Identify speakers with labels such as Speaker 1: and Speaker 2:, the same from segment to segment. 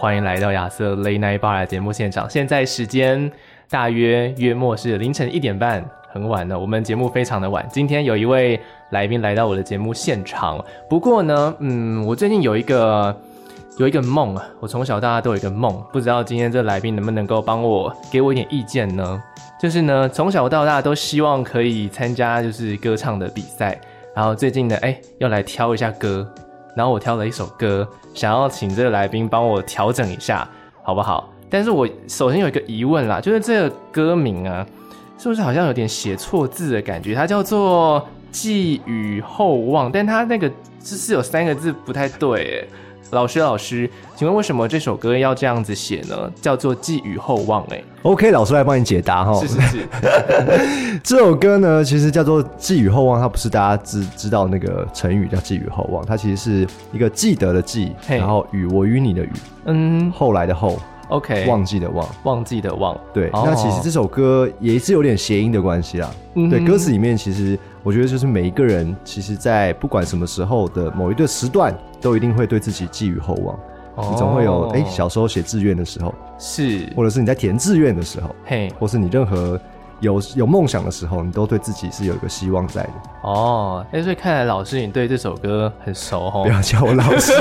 Speaker 1: 欢迎来到亚瑟 Late Night Bar 的节目现场。现在时间大约月末是凌晨一点半，很晚了。我们节目非常的晚。今天有一位来宾来到我的节目现场，不过呢，嗯，我最近有一个有一个梦啊，我从小到大都有一个梦，不知道今天这来宾能不能够帮我给我一点意见呢？就是呢，从小到大都希望可以参加就是歌唱的比赛，然后最近呢，哎，要来挑一下歌，然后我挑了一首歌，想要请这个来宾帮我调整一下，好不好？但是我首先有一个疑问啦，就是这个歌名啊，是不是好像有点写错字的感觉？它叫做《寄予厚望》，但它那个就是有三个字不太对耶。老师，老师，请问为什么这首歌要这样子写呢？叫做《寄予厚望》哎，
Speaker 2: OK，老师来帮你解答哈
Speaker 1: 是。是是，
Speaker 2: 这首歌呢，其实叫做“寄予厚望”，它不是大家知知道那个成语叫“寄予厚望”，它其实是一个记得的记，
Speaker 1: 嘿
Speaker 2: 然后与我与你的与，
Speaker 1: 嗯
Speaker 2: 后来的后，
Speaker 1: ，OK，
Speaker 2: 忘记的忘。
Speaker 1: 忘记的忘，
Speaker 2: 对，
Speaker 1: 哦
Speaker 2: 那其实这首歌也是有点谐音的关系啦。
Speaker 1: 嗯
Speaker 2: 对，歌词里面其实我觉得就是每一个人，其实在不管什么时候的某一个时段，都一定会对自己寄予厚望。你总会有
Speaker 1: 哦
Speaker 2: 哎、小时候写志愿的时候，
Speaker 1: 是，
Speaker 2: 或者是你在填志愿的时候，
Speaker 1: 嘿，
Speaker 2: 或是你任何有有梦想的时候，你都对自己是有一个希望在的。
Speaker 1: 哦，哎，所以看来老师你对这首歌很熟哦
Speaker 2: 不。要叫我老师，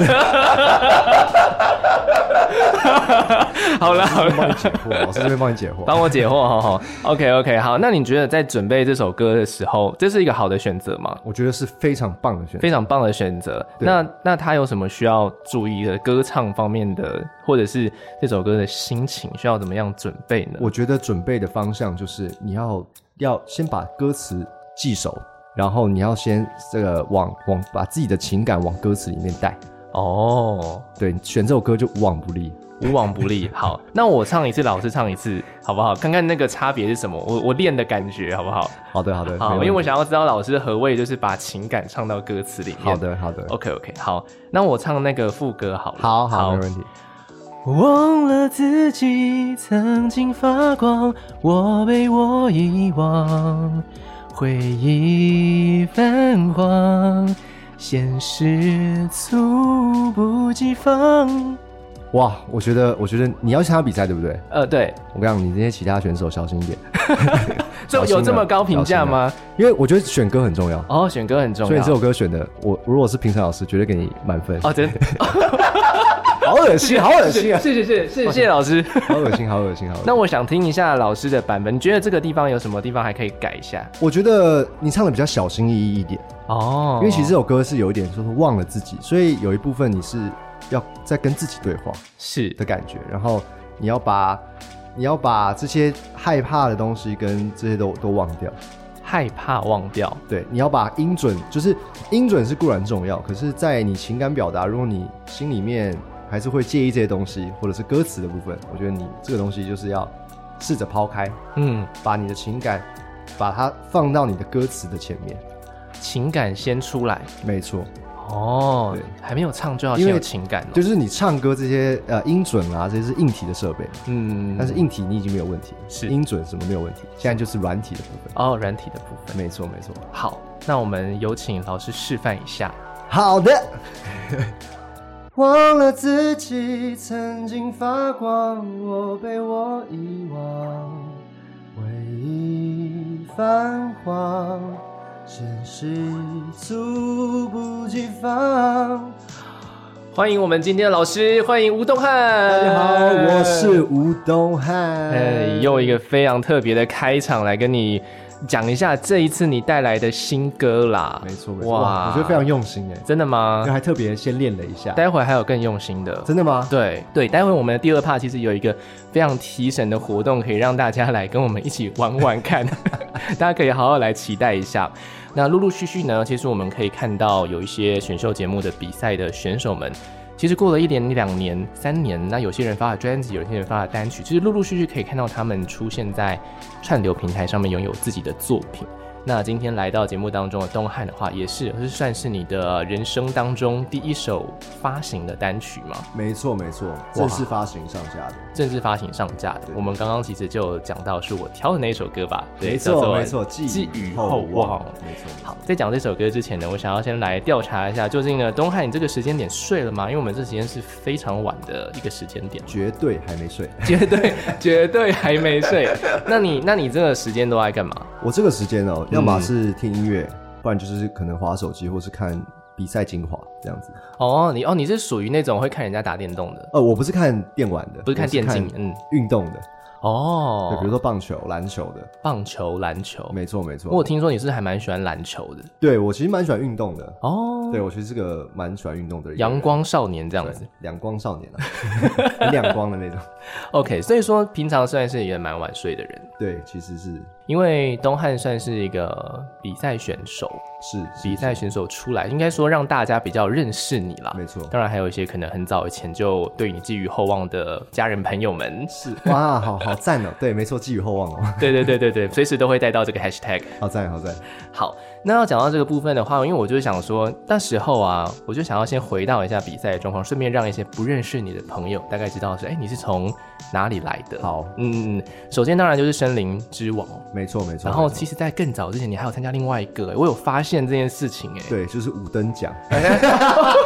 Speaker 1: 好 了好
Speaker 2: 帮你
Speaker 1: 了，
Speaker 2: 解 惑，老师这边帮你解惑。
Speaker 1: 帮我解惑哈哈。OK OK，好，那你觉得在准备这首歌的时候，这是一个好的选择吗？
Speaker 2: 我觉得是非常棒的选择。
Speaker 1: 非常棒的选择。
Speaker 2: 对
Speaker 1: 那那他有什么需要注意的？歌唱方面的，或者是这首歌的心情需要怎么样准备呢？
Speaker 2: 我觉得准备的方向就是你要要先把歌词记熟，然后你要先这个往往把自己的情感往歌词里面带。
Speaker 1: 哦，
Speaker 2: 对，选这首歌就无往不利。
Speaker 1: 无往不利。 好，那我唱一次，老师唱一次，好不好？看看那个差别是什么？我我练的感觉好不好？
Speaker 2: 好的，好的，
Speaker 1: 好，因
Speaker 2: 没
Speaker 1: 为
Speaker 2: 问
Speaker 1: 我
Speaker 2: 题
Speaker 1: 想要知道老师何谓就是把情感唱到歌词里面。
Speaker 2: 好的，好的，
Speaker 1: OK OK，好，那我唱那个副歌好了。
Speaker 2: 好好，没问题。
Speaker 1: 忘了自己曾经发光，我被我遗忘，回忆泛黄，现实猝不及防。
Speaker 2: 哇，我觉得，我觉得你要参加比赛，对不对？
Speaker 1: 呃，对，
Speaker 2: 我跟你讲，你这些其他选手小心一点，
Speaker 1: 这
Speaker 2: 小心
Speaker 1: 有
Speaker 2: 了
Speaker 1: 这么高评价吗？
Speaker 2: 因为我觉得选歌很重要。
Speaker 1: 哦，选歌很重
Speaker 2: 所以
Speaker 1: 要
Speaker 2: 这。首歌选的，我如果是评审老师，绝对给你满分。
Speaker 1: 哦， 真的，
Speaker 2: 啊好恶 心，好恶心啊！
Speaker 1: 谢谢谢谢谢谢老 师。
Speaker 2: 好恶心，好恶心，好恶心。
Speaker 1: 那我想听一下老师的版本，你觉得这个地方有什么地方还可以改一下？
Speaker 2: 我觉得你唱的比较小心翼翼一点，
Speaker 1: 哦
Speaker 2: 因为其实这首歌是有一点就是忘了自己，所以有一部分你是要在跟自己对话
Speaker 1: 是
Speaker 2: 的感觉，然后你要把你要把这些害怕的东西跟这些都都忘掉。
Speaker 1: 害怕忘掉，
Speaker 2: 对，你要把音准，就是音准是固然重要，可是，在你情感表达，如果你心里面还是会介意这些东西，或者是歌词的部分，我觉得你这个东西就是要试着抛开，
Speaker 1: 嗯，
Speaker 2: 把你的情感，把它放到你的歌词的前面。
Speaker 1: 情感先出来。
Speaker 2: 没错，
Speaker 1: 哦，
Speaker 2: 对
Speaker 1: 还没有唱就要
Speaker 2: 因
Speaker 1: 先
Speaker 2: 为
Speaker 1: 有情感、哦，
Speaker 2: 就是是你唱歌这些呃音准啊，这些是硬体的设备，
Speaker 1: 嗯
Speaker 2: 但是硬体你已经没有问题了，
Speaker 1: 是
Speaker 2: 音准什么没有问题，现在就是软体的部分。
Speaker 1: 哦软体的部分。
Speaker 2: 没错，没错。
Speaker 1: 好，那我们有请老师示范一下。
Speaker 2: 好的。忘了自己曾经发光，我被我遗忘，回忆泛黄，现实猝不及防。
Speaker 1: 欢迎我们今天的老师，欢迎吴东汉。大
Speaker 2: 大家好，我是吴东汉。
Speaker 1: 哎，又一个非常特别的开场来跟你讲一下这一次你带来的新歌啦。
Speaker 2: 没错，没错，哇，我觉得非常用心哎，
Speaker 1: 真的吗
Speaker 2: 这？还特别先练了一下。
Speaker 1: 待会还有更用心的，
Speaker 2: 真的吗？
Speaker 1: 对对，待会我们的第二 part 其实有一个非常提神的活动，可以让大家来跟我们一起玩玩看，大家可以好好来期待一下。那陆陆续续呢，其实我们可以看到有一些选秀节目的比赛的选手们，其实过了一年、两年、三年，那有些人发了专辑，有些人发了单曲，其实陆陆续续可以看到他们出现在串流平台上面，拥有自己的作品。那今天来到节目当中的东汉的话，也是是算是你的人生当中第一首发行的单曲吗？
Speaker 2: 没错没错，正式发行上架的，
Speaker 1: 正式发行上架的。我们刚刚其实就有讲到，是我挑的那一首歌吧？对
Speaker 2: 没
Speaker 1: 叫做
Speaker 2: 错没错，
Speaker 1: 寄
Speaker 2: 予
Speaker 1: 予
Speaker 2: 厚
Speaker 1: 厚望。
Speaker 2: 没错。
Speaker 1: 好，在讲这首歌之前呢，我想要先来调查一下，究竟呢，东汉你这个时间点睡了吗？因为我们这时间是非常晚的一个时间 点，
Speaker 2: 绝对还没睡。
Speaker 1: 绝对绝对还没睡。 那你那你这个时间都在干嘛？
Speaker 2: 我这个时间
Speaker 1: 嗯
Speaker 2: 哦，要么是听音乐，不然就是可能划手机，或是看比赛精华这样子。
Speaker 1: 哦，你哦你是属于那种会看人家打电动的，
Speaker 2: 呃，我不是看电玩的，
Speaker 1: 不是看电竞
Speaker 2: 我，是
Speaker 1: 嗯，
Speaker 2: 运动的，对，
Speaker 1: 哦，
Speaker 2: 比如说棒球、篮球的。
Speaker 1: 棒球、篮球。
Speaker 2: 没错没错，
Speaker 1: 我有听说你是还蛮喜欢篮球的
Speaker 2: 对我其实蛮喜欢运动的。
Speaker 1: 哦，
Speaker 2: 对我其实是个蛮喜欢运动的人，
Speaker 1: 阳光少年这样
Speaker 2: 对
Speaker 1: 子。
Speaker 2: 两光 少年啊，很两光的那种。
Speaker 1: OK，所以说平常算是一个蛮晚睡的人，
Speaker 2: 对，其实是
Speaker 1: 因为东汉算是一个比赛选手，
Speaker 2: 是是
Speaker 1: 比赛选手出来，应该说让大家比较认识你啦。
Speaker 2: 没错。
Speaker 1: 当然，还有一些可能很早以前就对你寄予厚望的家人朋友们，
Speaker 2: 是哇，好好赞哦！对，没错，寄予厚望哦，
Speaker 1: 对对对对 对，随时都会带到这个 hashtag。
Speaker 2: 好赞好赞。
Speaker 1: 好，那要讲到这个部分的话，因为我就想说，那时候啊，我就想要先回到一下比赛的状况，顺便让一些不认识你的朋友大概知道是，哎、你是从哪里来的。，
Speaker 2: 好，
Speaker 1: 嗯，首先当然就是森林之王，
Speaker 2: 没错没错。
Speaker 1: 然后
Speaker 2: 没错
Speaker 1: 其实，在更早之前，你还有参加另外一个、欸我有发现这件事情、哎，
Speaker 2: 对，就是五等奖。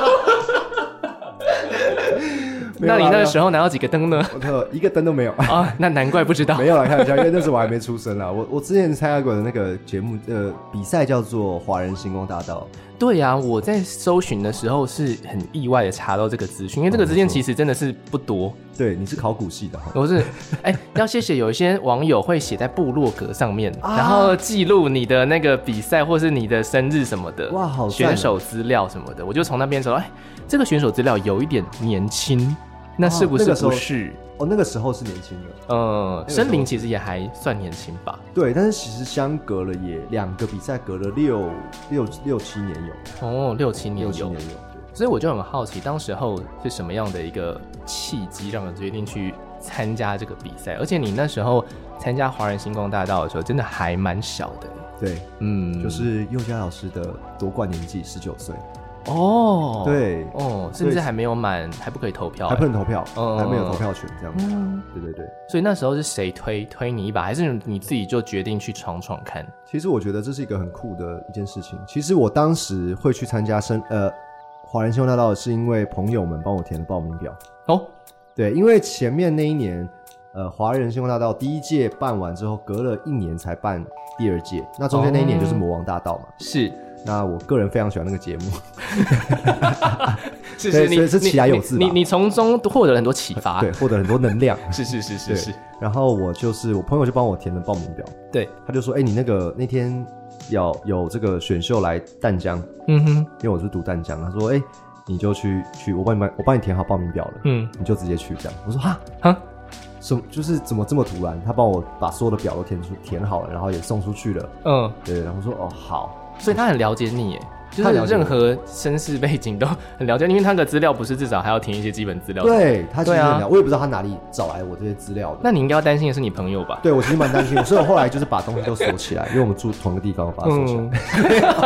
Speaker 1: 那你那个时
Speaker 2: 候
Speaker 1: 候拿到几个灯呢？
Speaker 2: 我有一个灯都没有，
Speaker 1: 啊，那难怪不知道。
Speaker 2: 没有啦，开玩笑，因为那时候我还没出生啦。我我之前参加过的那个节目，呃，比赛叫做《华人星光大道
Speaker 1: 对呀、我在搜寻的时候是很意外的查到这个资讯，因为这个
Speaker 2: 嗯
Speaker 1: 资讯其实真的是不多。》。
Speaker 2: 对，你是考古系的哈。
Speaker 1: 我 是，哎、要谢谢有一些网友会写在部落格上面，
Speaker 2: 啊
Speaker 1: 然后记录你的那个比赛或是你的生日什么的，
Speaker 2: 哇好赞哦
Speaker 1: 选手资料什么的，我就从那边说，哎、这个选手资料有一点年轻，那是不
Speaker 2: 哦
Speaker 1: 是
Speaker 2: 那个时
Speaker 1: 不
Speaker 2: 候
Speaker 1: 是？
Speaker 2: 哦，那个时候是年轻的，
Speaker 1: 嗯，
Speaker 2: 时候
Speaker 1: 森林其实也还算年轻吧。
Speaker 2: 对，但是其实相隔了也两个比赛，隔了六六六七年有，
Speaker 1: 哦，六七年
Speaker 2: 六七
Speaker 1: 有
Speaker 2: 年，有。对
Speaker 1: 所以我就很好奇，当时候是什么样的一个契机让你决定去参加这个比赛？而且你那时候参加华人星光大道的时候，真的还蛮小的，
Speaker 2: 对，
Speaker 1: 嗯，
Speaker 2: 就是佑嘉老师的夺冠年纪十九岁，
Speaker 1: 哦，，
Speaker 2: 对，
Speaker 1: 哦，甚至还没有满，还不可以投票，
Speaker 2: 还不能投票，
Speaker 1: 嗯
Speaker 2: 还没有投票权这样子。
Speaker 1: 嗯，
Speaker 2: 对对对，
Speaker 1: 所以那时候是谁推推你一把，还是你自己就决定去闯闯看？
Speaker 2: 其实我觉得这是一个很酷的一件事情。其实我当时会去参加生呃华人新闻大道，是因为朋友们帮我填的报名表。
Speaker 1: 哦，
Speaker 2: 对，因为前面那一年，呃，华人星光大道第一届办完之后，隔了一年才办第二届，那中间那一年就是魔王大道嘛。
Speaker 1: 是，
Speaker 2: 那我个人非常喜欢那 个节目，
Speaker 1: 是
Speaker 2: 对
Speaker 1: 是，你
Speaker 2: 所以是
Speaker 1: 你
Speaker 2: 起来有志吧
Speaker 1: 你你从中获得了很多启发，
Speaker 2: 对，，获得很多能量。
Speaker 1: 是是是啊 是
Speaker 2: 对
Speaker 1: 是，
Speaker 2: 然后我就是我朋友就帮我填了报名表，
Speaker 1: 对，
Speaker 2: 他就说：“哎、你那个那天要有这个选秀来淡江，
Speaker 1: 嗯哼，
Speaker 2: 因为我是读淡江。”他说：“哎、你就去去，我帮你办我帮你填好报名表了，
Speaker 1: 嗯，
Speaker 2: 你就直接去这样。”我说：“哈，
Speaker 1: 哈，
Speaker 2: 什么就是怎么这么突然？他帮我把所有的表都填出填好了，然后也送出去了。
Speaker 1: 嗯。
Speaker 2: 对，然后说：“哦，好，
Speaker 1: 所以他很了解你耶，就
Speaker 2: 他
Speaker 1: 是
Speaker 2: 了解我
Speaker 1: 任何身世背景都 很了解，因为他的资料不是至少还要填一些基本资料。，
Speaker 2: 对他其实
Speaker 1: 对
Speaker 2: 很
Speaker 1: 啊
Speaker 2: 了，我也不知道他哪里找来我这些资 料的。”
Speaker 1: 那你应该要担心的是你朋友吧？
Speaker 2: 对，我其实蛮担心的，所以我后来就是把东西都锁起来，因为我们住同一个地方，我把它锁起来。
Speaker 1: 嗯，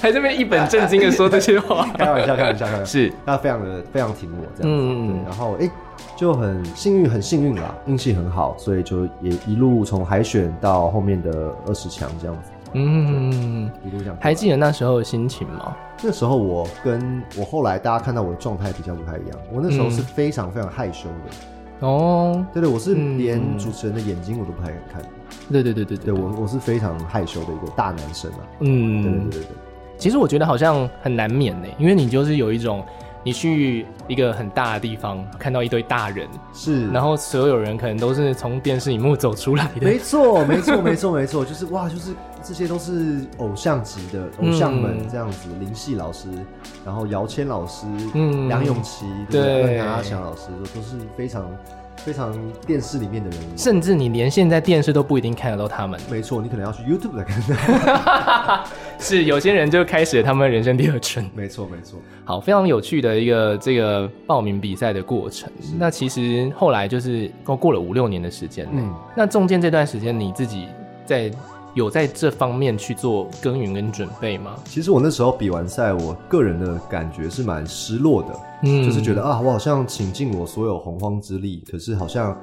Speaker 1: 还这边一本正经的说这些话，
Speaker 2: 开玩笑，开玩笑，开玩笑。
Speaker 1: 是
Speaker 2: 他非常的非常挺我这样子，
Speaker 1: 嗯
Speaker 2: 对然后哎、诶就很幸运，很幸运啦，运气很好，所以就也一路从海选到后面的二十强这样子，
Speaker 1: 嗯，
Speaker 2: 一路这样过来。
Speaker 1: 还记得那时候的心情吗？
Speaker 2: 那时候我跟我后来大家看到我的状态比较不太一样，我那时候是
Speaker 1: 嗯
Speaker 2: 非常非常害羞的，
Speaker 1: 哦，
Speaker 2: 对对，我是
Speaker 1: 嗯
Speaker 2: 连主持人的眼睛我都不太敢看，
Speaker 1: 对对对对
Speaker 2: 对，我我是非常害羞的一个大男生啊，对对
Speaker 1: 嗯
Speaker 2: 对，对对。
Speaker 1: 其实我觉得好像很难免呢，因为你就是有一种。你去一个很大的地方，看到一堆大人，
Speaker 2: 是，
Speaker 1: 然后所有人可能都是从电视荧幕走出来的，
Speaker 2: 没错，没错，没错，没错，就是哇，就是这些都是偶像级的偶像们
Speaker 1: 嗯
Speaker 2: 这样子，林夕老师，然后姚谦老师，
Speaker 1: 嗯
Speaker 2: 梁咏琪，
Speaker 1: 对
Speaker 2: 对不对，任达祥老师，都都是非常非常电视里面的人物。
Speaker 1: 甚至你连现在电视都不一定看得到他们。
Speaker 2: 没错，你可能要去 YouTube 来看 他。
Speaker 1: 是有些人就开始了他们人生第二春。
Speaker 2: 没错，没错，
Speaker 1: 好，非常有趣的一个这个报名比赛的过程。那其实后来就是过过了五六年的时间内，
Speaker 2: 嗯
Speaker 1: 那中间这段时间你自己在有在这方面去做耕耘跟准备吗？
Speaker 2: 其实我那时候比完赛，我个人的感觉是蛮失落的，
Speaker 1: 嗯
Speaker 2: 就是觉得啊，我好像倾尽我所有洪荒之力，可是好像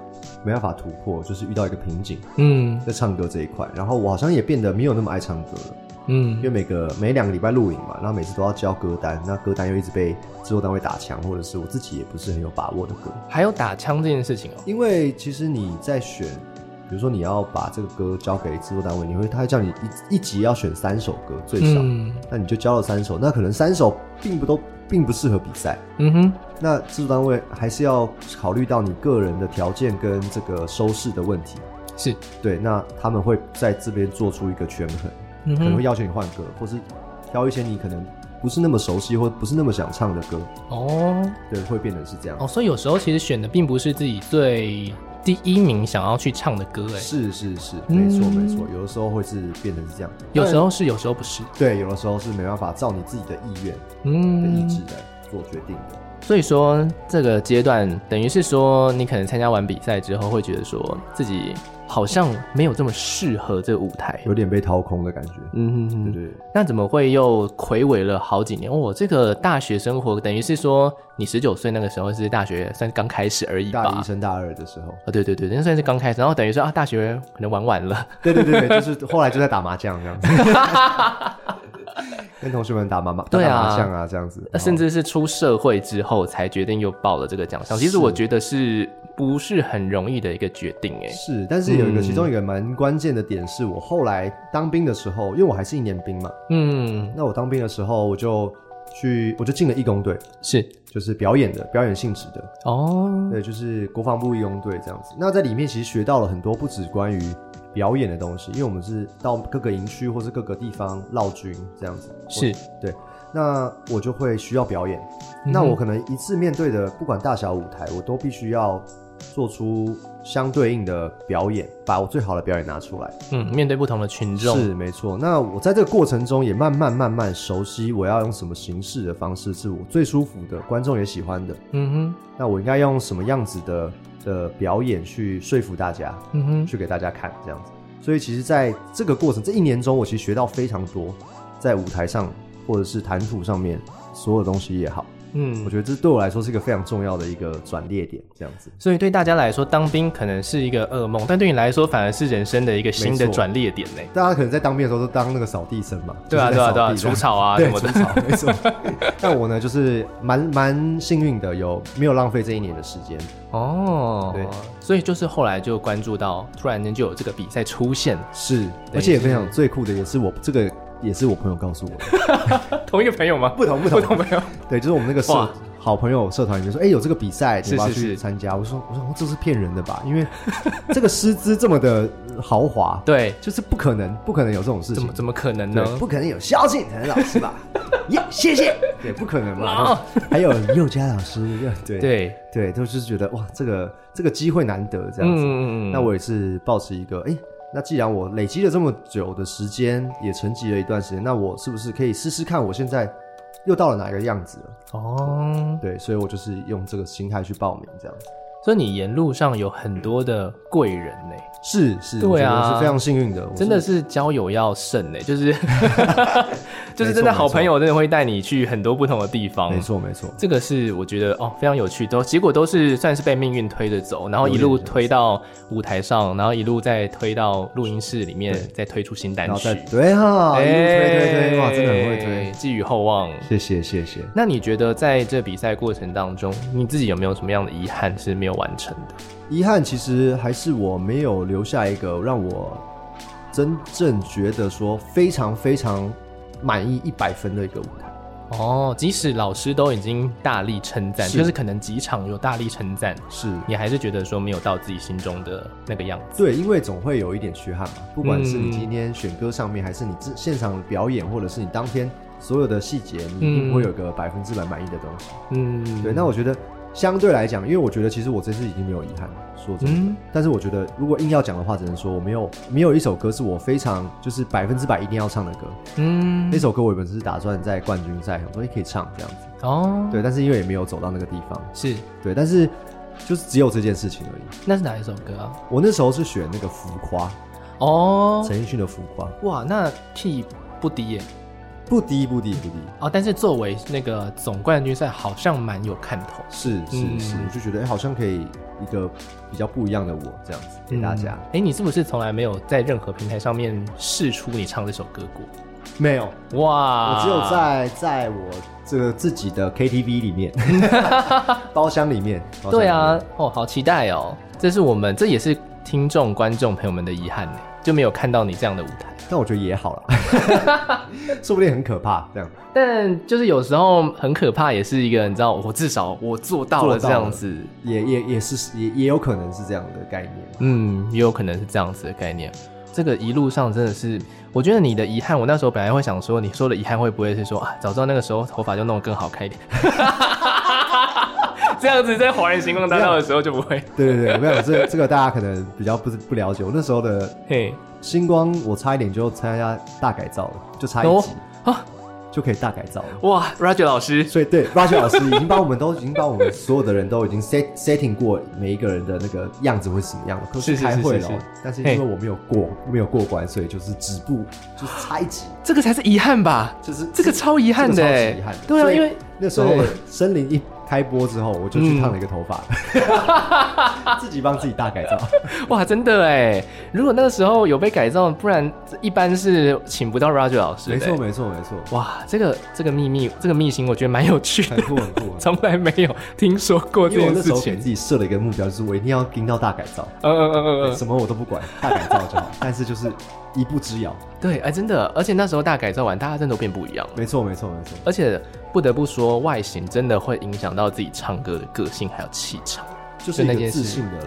Speaker 2: 没办法突破，就是遇到一个瓶颈
Speaker 1: 嗯
Speaker 2: 在唱歌这一块。然后我好像也变得没有那么爱唱歌了，因为
Speaker 1: 嗯
Speaker 2: 每个每两个礼拜录影嘛，然后每次都要交歌单，那歌单又一直被制作单位打枪，或者是我自己也不是很有把握的歌。
Speaker 1: 还有打枪这件事情哦、
Speaker 2: 因为其实你在选，比如说你要把这个歌交给制作单位，你会他会叫你一一集要选三首歌最少，
Speaker 1: 嗯
Speaker 2: 那你就交了三首，那可能三首并不都并不适合比赛，
Speaker 1: 嗯哼，
Speaker 2: 那制作单位还是要考虑到你个人的条件跟这个收视的问题，
Speaker 1: 是，
Speaker 2: 对，那他们会在这边做出一个权衡，
Speaker 1: 嗯
Speaker 2: 可能会
Speaker 1: 哼，
Speaker 2: 要求你换歌，或是挑一些你可能不是那么熟悉或不是那么想唱的歌，
Speaker 1: 哦
Speaker 2: 对，会变成是这样。
Speaker 1: 哦，所以有时候其实选的并不是自己最第一名想要去唱的歌，哎，
Speaker 2: 是是是，没错
Speaker 1: 嗯
Speaker 2: 没错，有的时候会是变成是这样，
Speaker 1: 有时候是，有时候不是，
Speaker 2: 对，有的时候是没办法照你自己的意愿的
Speaker 1: 嗯
Speaker 2: 意志来做决定的。
Speaker 1: 所以说，这个阶段等于是说，你可能参加完比赛之后，会觉得说自己好像没有这么适合这个舞台。
Speaker 2: 有点被掏空的感觉。
Speaker 1: 嗯，
Speaker 2: 对
Speaker 1: 嗯嗯
Speaker 2: 对对
Speaker 1: 那怎么会又暌违了好几年？我、这个大学生活，等于是说你十九岁那个时候是大学，算是刚开始而已吧。
Speaker 2: 大一
Speaker 1: 啊、
Speaker 2: 升大二的时候，
Speaker 1: 对对对，那算是刚开始。然后等于说啊，大学可能玩完了，
Speaker 2: 对对对对，就是后来就在打麻将这 样子，跟同学们打麻麻打
Speaker 1: 对啊
Speaker 2: 打麻将啊这样子，
Speaker 1: 那甚至是出社会之后才决定又报了这个奖项。其实
Speaker 2: 是
Speaker 1: 我觉得是不是很容易的一个决定、哎，
Speaker 2: 是，但是有一个
Speaker 1: 嗯
Speaker 2: 其中一个蛮关键的点是我后来当兵的时候，因为我还是一年兵嘛，
Speaker 1: 嗯，
Speaker 2: 那我当兵的时候我就去我就进了义工队，
Speaker 1: 是
Speaker 2: 就是表演的表演性质的，
Speaker 1: 哦，
Speaker 2: 对，就是国防部义工队这样子。那在里面其实学到了很多不止关于表演的东西，因为我们是到各个营区或是各个地方绕军这样子。
Speaker 1: 是
Speaker 2: 对，那我就会需要表演。
Speaker 1: 嗯哼
Speaker 2: 那我可能一次面对的不管大小舞台，我都必须要做出相对应的表演，把我最好的表演拿出来。
Speaker 1: 嗯，面对不同的群众，
Speaker 2: 是没错。那我在这个过程中也慢慢慢慢熟悉，我要用什么形式的方式是我最舒服的，观众也喜欢的。
Speaker 1: 嗯
Speaker 2: 那我应该用什么样子的的表演去说服大家，
Speaker 1: 哼，嗯哼，
Speaker 2: 去给大家看这样子。所以其实在这个过程这一年中，我其实学到非常多，在舞台上或者是谈吐上面所有东西也好，
Speaker 1: 嗯，
Speaker 2: 我觉得这对我来说是一个非常重要的一个转捩点，这样子。
Speaker 1: 所以对大家来说，当兵可能是一个噩梦，但对你来说，反而是人生的一个新的
Speaker 2: 没错
Speaker 1: 转捩点呢。欸
Speaker 2: 大家可能在当兵的时候都当那个扫地僧嘛，
Speaker 1: 对啊，
Speaker 2: 就是
Speaker 1: 对
Speaker 2: 在
Speaker 1: 啊，对
Speaker 2: 扫
Speaker 1: 啊，
Speaker 2: 地
Speaker 1: 除
Speaker 2: 的
Speaker 1: 草啊
Speaker 2: 对
Speaker 1: 什么
Speaker 2: 除
Speaker 1: 的，
Speaker 2: 草没错。 但我呢，就是蛮蛮幸运的，有没有浪费这一年的时间？
Speaker 1: 哦，
Speaker 2: 对，
Speaker 1: 所以就是后来就关注到，突然间就有这个比赛出现，
Speaker 2: 是，
Speaker 1: 对
Speaker 2: 而且我跟你讲，最酷的也是我这个也是我朋友告诉我的。
Speaker 1: 同一个朋友吗？
Speaker 2: 不同不 同
Speaker 1: 不同朋友，
Speaker 2: 对，就是我们那个
Speaker 1: 哇
Speaker 2: 社好朋友社团里面说，哎、有这个比赛，你
Speaker 1: 是
Speaker 2: 要不要
Speaker 1: 是
Speaker 2: 去
Speaker 1: 是
Speaker 2: 参加？我说，我说这是骗人的吧，因为这个师资这么的豪华，，
Speaker 1: 对，
Speaker 2: 就是不可能，不可能有这种事
Speaker 1: 怎
Speaker 2: 情
Speaker 1: 么，怎么可能呢
Speaker 2: 对，？不可能有萧敬腾老 师吧？耶、谢谢，对，不可能嘛。然
Speaker 1: 哦
Speaker 2: 后还有佑嘉老师，对
Speaker 1: 对，
Speaker 2: 对，都是觉得哇，这个这个机会难得这样子。
Speaker 1: 嗯
Speaker 2: 那我也是抱持一个，哎、那既然我累积了这么久的时间，也沉寂了一段时间，那我是不是可以试试看，我现在又到了哪个样子了？
Speaker 1: 哦，
Speaker 2: 对，所以我就是用这个心态去报名，这样子。
Speaker 1: 所以你沿路上有很多的贵人呢，
Speaker 2: 是是，
Speaker 1: 对啊
Speaker 2: 我觉得我是非常幸运的，我
Speaker 1: 真的是交友要慎呢，就是 就是真的好朋友真的会带你去很多不同的地方，
Speaker 2: 没错没错，
Speaker 1: 这个是我觉得哦非常有趣，都结果都是算是被命运推着走，然后一路推到舞台上，然后一路再推到录音室里面，再推出新单
Speaker 2: 然后再
Speaker 1: 曲。
Speaker 2: 对
Speaker 1: 啊
Speaker 2: 哈、一路推推推，
Speaker 1: 哎
Speaker 2: 哇，真的很会推，，
Speaker 1: 寄予厚望。
Speaker 2: 谢谢谢谢。
Speaker 1: 那你觉得在这比赛过程当中，你自己有没有什么样的遗憾是没有完成的？
Speaker 2: 遗憾其实还是我没有留下一个让我真正觉得说非常非常满意一百分的一个舞台。
Speaker 1: 哦，即使老师都已经大力称赞，
Speaker 2: 是
Speaker 1: 就是可能几场有大力称赞，
Speaker 2: 是
Speaker 1: 你还是觉得说没有到自己心中的那个样子。
Speaker 2: 对，因为总会有一点缺憾嘛，不管是
Speaker 1: 嗯
Speaker 2: 你今天选歌上面，还是你自现场的表演，或者是你当天所有的细节，你一定不会有一个百分之百满意的东西。
Speaker 1: 嗯，
Speaker 2: 对，那我觉得相对来讲，因为我觉得其实我这次已经没有遗憾了，说真的。
Speaker 1: 嗯
Speaker 2: 但是我觉得，如果硬要讲的话，只能说我没有没有一首歌是我非常就是百分之百一定要唱的歌。
Speaker 1: 嗯
Speaker 2: 那首歌我原本是打算在冠军赛，想说也可以唱这样子，
Speaker 1: 哦，
Speaker 2: 对。但是因为也没有走到那个地方，
Speaker 1: 是，
Speaker 2: 对。但是就是只有这件事情而已。
Speaker 1: 那是哪一首歌啊？
Speaker 2: 我那时候是选那个《浮夸
Speaker 1: 哦》，，
Speaker 2: 陈奕迅的《浮夸》，
Speaker 1: 哇，那 key 不低耶。
Speaker 2: 不低不低不低，
Speaker 1: 哦，但是作为那个总冠军赛，好像蛮有看头。
Speaker 2: 是是
Speaker 1: 嗯
Speaker 2: 是，我就觉得哎、好像可以一个比较不一样的我这样子给大家。
Speaker 1: 哎、你是不是从来没有在任何平台上面试出你唱这首歌过？
Speaker 2: 没有，
Speaker 1: 哇，
Speaker 2: 我只有
Speaker 1: 啊
Speaker 2: 在在我这个自己的 KTV 里 面，包厢里面。包厢里面
Speaker 1: 对啊，，哦，好期待哦！这是我们，这也是听众、观众朋友们的遗憾呢，就没有看到你这样的舞台。
Speaker 2: 但我觉得也好了， 说不定很可怕。这样
Speaker 1: 但就是有时候很可怕，也是一个你知道，我至少我做到了
Speaker 2: 做
Speaker 1: 这
Speaker 2: 到了
Speaker 1: 样子，
Speaker 2: 也也也是也也有可能是这样的概念。
Speaker 1: 嗯，也有可能是这样子的概念。这个一路上真的是，我觉得你的遗憾，我那时候本来会想说，你说的遗憾会不会是说啊，早知道那个时候头发就弄得更好 看一点，这样子在华人星光大道的时候就不会。
Speaker 2: 对对对，我跟你讲，这这个大家可能比较不不了解。我那时候的
Speaker 1: 嘿，
Speaker 2: 星光，我差一点就参加大改造了，就差一集、
Speaker 1: 啊，
Speaker 2: 就可以大改造了。
Speaker 1: 哇，Roger 老师，
Speaker 2: 所以对 Roger 老师已经帮我们都已经帮我们所有的人都已经 set setting 过每一个人的那个样子会是什么样的，可
Speaker 1: 是是
Speaker 2: 开会
Speaker 1: 是是
Speaker 2: 了哦
Speaker 1: 是，
Speaker 2: 但是因
Speaker 1: 嘿
Speaker 2: 为我没有过没有过关，所以就是止步，就是差一级，
Speaker 1: 这个才是遗憾吧？
Speaker 2: 就是
Speaker 1: 这个超遗憾的
Speaker 2: 这个
Speaker 1: 欸
Speaker 2: 超级遗憾的。
Speaker 1: 对啊
Speaker 2: 所以
Speaker 1: 因为
Speaker 2: 那时候
Speaker 1: 对
Speaker 2: 森林一开播之后，我就去烫了一个头发，
Speaker 1: 嗯
Speaker 2: 自己帮自己大改 造。
Speaker 1: 哇，真的哎！如果那个时候有被改造，不然一般是请不到 Roger 老师的。欸
Speaker 2: 没错，没错，没错，
Speaker 1: 哇，这个这个秘密，这个秘辛，我觉得蛮有趣
Speaker 2: 很
Speaker 1: 的，
Speaker 2: 酷，很 酷。
Speaker 1: 从来没有听说过这
Speaker 2: 因为
Speaker 1: 件
Speaker 2: 我那
Speaker 1: 事
Speaker 2: 时候给
Speaker 1: 情
Speaker 2: 自。己设了一个目标，就是我一定要盯到大改造，
Speaker 1: 嗯嗯嗯嗯嗯，
Speaker 2: 什么我都不管，大改造就好。但是就是一步之遥，
Speaker 1: 对，哎，真的，而且那时候大改造完，大家真的都变不一样了。
Speaker 2: 没错，没错，没错。
Speaker 1: 而且不得不说，外形真的会影响到自己唱歌的个性还有气场。
Speaker 2: 就是一
Speaker 1: 那
Speaker 2: 个
Speaker 1: 件事
Speaker 2: 自信的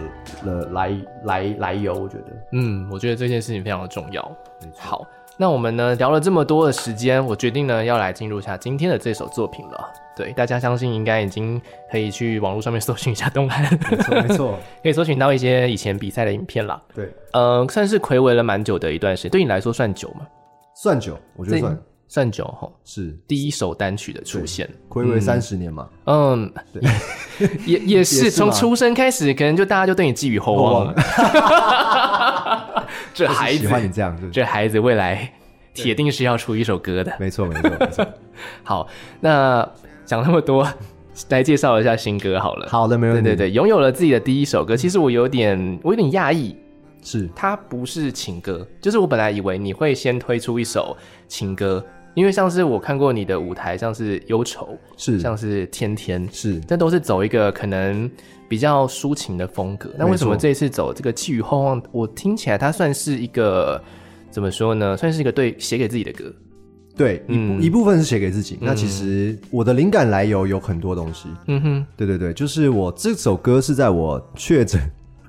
Speaker 2: 呃来来来由，我觉得
Speaker 1: 嗯，我觉得这件事情非常的重要。
Speaker 2: 没错
Speaker 1: 好，那我们呢聊了这么多的时间，我决定呢要来进入一下今天的这首作品了。对，大家相信应该已经可以去网络上面 搜寻一下东汉，
Speaker 2: 没错没错，
Speaker 1: 可以搜寻到一些以前比赛的影片啦。
Speaker 2: 对，
Speaker 1: 嗯、算是暌违了蛮久的一段时间，对你来说算久吗？
Speaker 2: 算久，我觉得
Speaker 1: 这
Speaker 2: 算
Speaker 1: 算久哈。
Speaker 2: 是
Speaker 1: 第一首单曲的出现，
Speaker 2: 暌违三十年嘛，
Speaker 1: 嗯， 也也也是
Speaker 2: 也是
Speaker 1: 从
Speaker 2: 吗
Speaker 1: 出生开始，可能就大家就对你寄予厚望了。 这
Speaker 2: 就是
Speaker 1: 孩子
Speaker 2: 喜欢你这样， 就是
Speaker 1: 这孩子未来铁定是要出一首歌的。
Speaker 2: 没错没错没错。
Speaker 1: 好，那讲那么多，来介绍一下新歌好了。，
Speaker 2: 好的，没问
Speaker 1: 对
Speaker 2: 题，
Speaker 1: 对对，拥有了自己的第一首歌，其实我有点我有点讶异，
Speaker 2: 是
Speaker 1: 它不是情歌，就是我本来以为你会先推出一首情歌，因为像是我看过你的舞台，像是忧愁，
Speaker 2: 是
Speaker 1: 像是天天。
Speaker 2: 是，
Speaker 1: 但都是走一个可能比较抒情的风格。那为什么
Speaker 2: 没错
Speaker 1: 这一次走这个寄予厚望？我听起来它算是一个怎么说呢？算是一个对写给自己的歌。
Speaker 2: 对一部
Speaker 1: 嗯
Speaker 2: 一部分是写给自己。那其实我的灵感来由有很多东西，
Speaker 1: 嗯哼，
Speaker 2: 对对对，就是我这首歌是在我确诊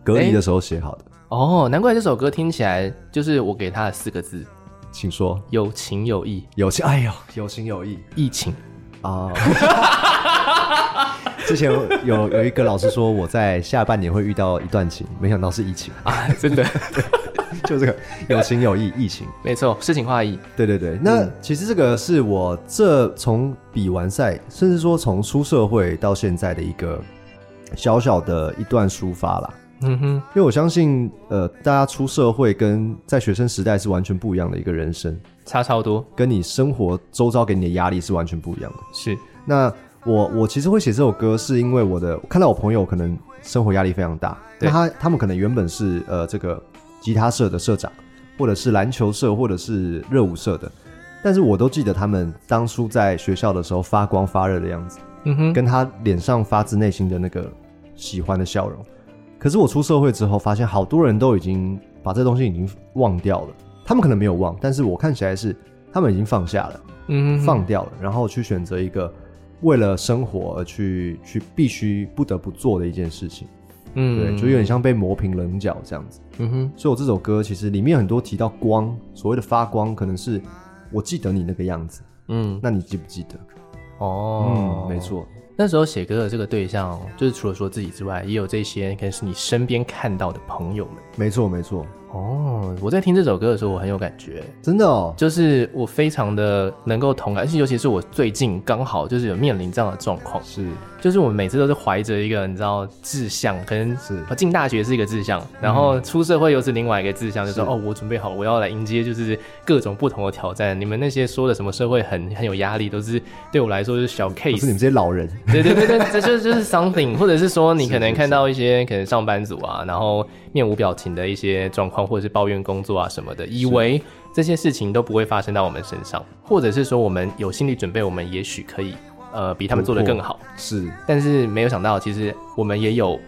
Speaker 2: 隔离的时候写好的，
Speaker 1: 哦，难怪这首歌听起来就是我给它的四个字：
Speaker 2: 请说。
Speaker 1: 有情有义，
Speaker 2: 有情，哎呦，有情有义
Speaker 1: 义情。
Speaker 2: 啊！ 之前有有一个老师说我在下半年会遇到一段情，没想到是疫情，
Speaker 1: 啊，真的，
Speaker 2: 就这个有情有义，疫情。
Speaker 1: 没错，诗情画意。
Speaker 2: 对对对，那其实这个是我这从比完赛，甚至说从出社会到现在的一个小小的一段抒发啦。
Speaker 1: 嗯哼，
Speaker 2: 因为我相信，呃，大家出社会跟在学生时代是完全不一样的一个人生，
Speaker 1: 差超多，
Speaker 2: 跟你生活周遭给你的压力是完全不一样的。
Speaker 1: 是，
Speaker 2: 那我我其实会写这首歌，是因为我的我看到我朋友可能生活压力非常大，
Speaker 1: 对
Speaker 2: 那他他们可能原本是呃这个吉他社的社长，或者是篮球社，或者是热舞社的，但是我都记得他们当初在学校的时候发光发热的样子，
Speaker 1: 嗯哼，
Speaker 2: 跟他脸上发自内心的那个喜欢的笑容。可是我出社会之后，发现好多人都已经把这东西已经忘掉了，他们可能没有忘，但是我看起来是他们已经放下了。
Speaker 1: 嗯哼，
Speaker 2: 放掉了，然后去选择一个为了生活而去去必须不得不做的一件事情，
Speaker 1: 嗯
Speaker 2: 对，就有点，像被磨平棱角这样子。
Speaker 1: 嗯哼，
Speaker 2: 所以我这首歌其实里面很多提到光，所谓的发光，可能是我记得你那个样子，
Speaker 1: 嗯，
Speaker 2: 那你记不记得？
Speaker 1: 哦，
Speaker 2: 嗯，没。错，
Speaker 1: 那时候写歌的这个对象，就是除了说自己之外，也有这些可能是你身边看到的朋友们。
Speaker 2: 没错没错，
Speaker 1: 哦，我在听这首歌的时候，我很有感觉，
Speaker 2: 真的哦，
Speaker 1: 就是我非常的能够同感，而且尤其是我最近刚好就是有面临这样的状况，
Speaker 2: 是
Speaker 1: 就是我每次都是怀着一个你知道志向，可能
Speaker 2: 是嗯
Speaker 1: 我进大学是一个志向，然后出社会又是另外一个志向，就说哦，我准备好，我要来迎接就是各种不同的挑战。你们那些说的什么社会很很有压力，都是对我来说就是小
Speaker 2: 不是你
Speaker 1: case。
Speaker 2: 们这些老人，
Speaker 1: 对对对对，这就是就是 something，或者是说你
Speaker 2: 是
Speaker 1: 可能
Speaker 2: 是
Speaker 1: 看
Speaker 2: 是
Speaker 1: 到一些可能上班族啊，然后面无表情的一些状况，或者是抱怨工作啊什么的，以为这些事情都不会发生到我们身上，或者是说我们有心理准备，我们也许可以呃比他们做得更好。
Speaker 2: 是
Speaker 1: 但是没有想到，其实我们也有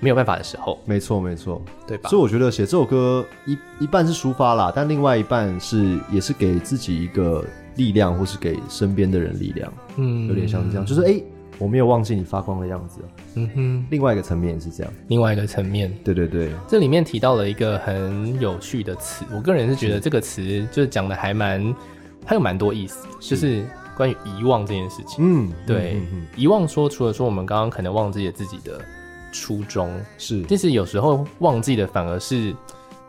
Speaker 1: 没有办法的时候，
Speaker 2: 没错没错。
Speaker 1: 对吧
Speaker 2: 所？以我觉得写这首歌一一半是抒发啦，但另外一半是也是给自己一个力量，或是给身边的人力量，
Speaker 1: 嗯
Speaker 2: 有点像是这样，就是哎、诶我没有忘记你发光的样子。哦
Speaker 1: 嗯哼，
Speaker 2: 另外一个层面也是这样，
Speaker 1: 另外一个层面，
Speaker 2: 对对对，
Speaker 1: 这里面提到了一个很有趣的词，我个人是觉得这个词就是讲的还蛮，它有蛮多意思，就是关于遗忘这件事情。
Speaker 2: 嗯，
Speaker 1: 对
Speaker 2: 嗯嗯嗯，
Speaker 1: 遗忘说除了说我们刚刚可能忘记了自己的初衷，
Speaker 2: 是
Speaker 1: 但是有时候忘记的反而是，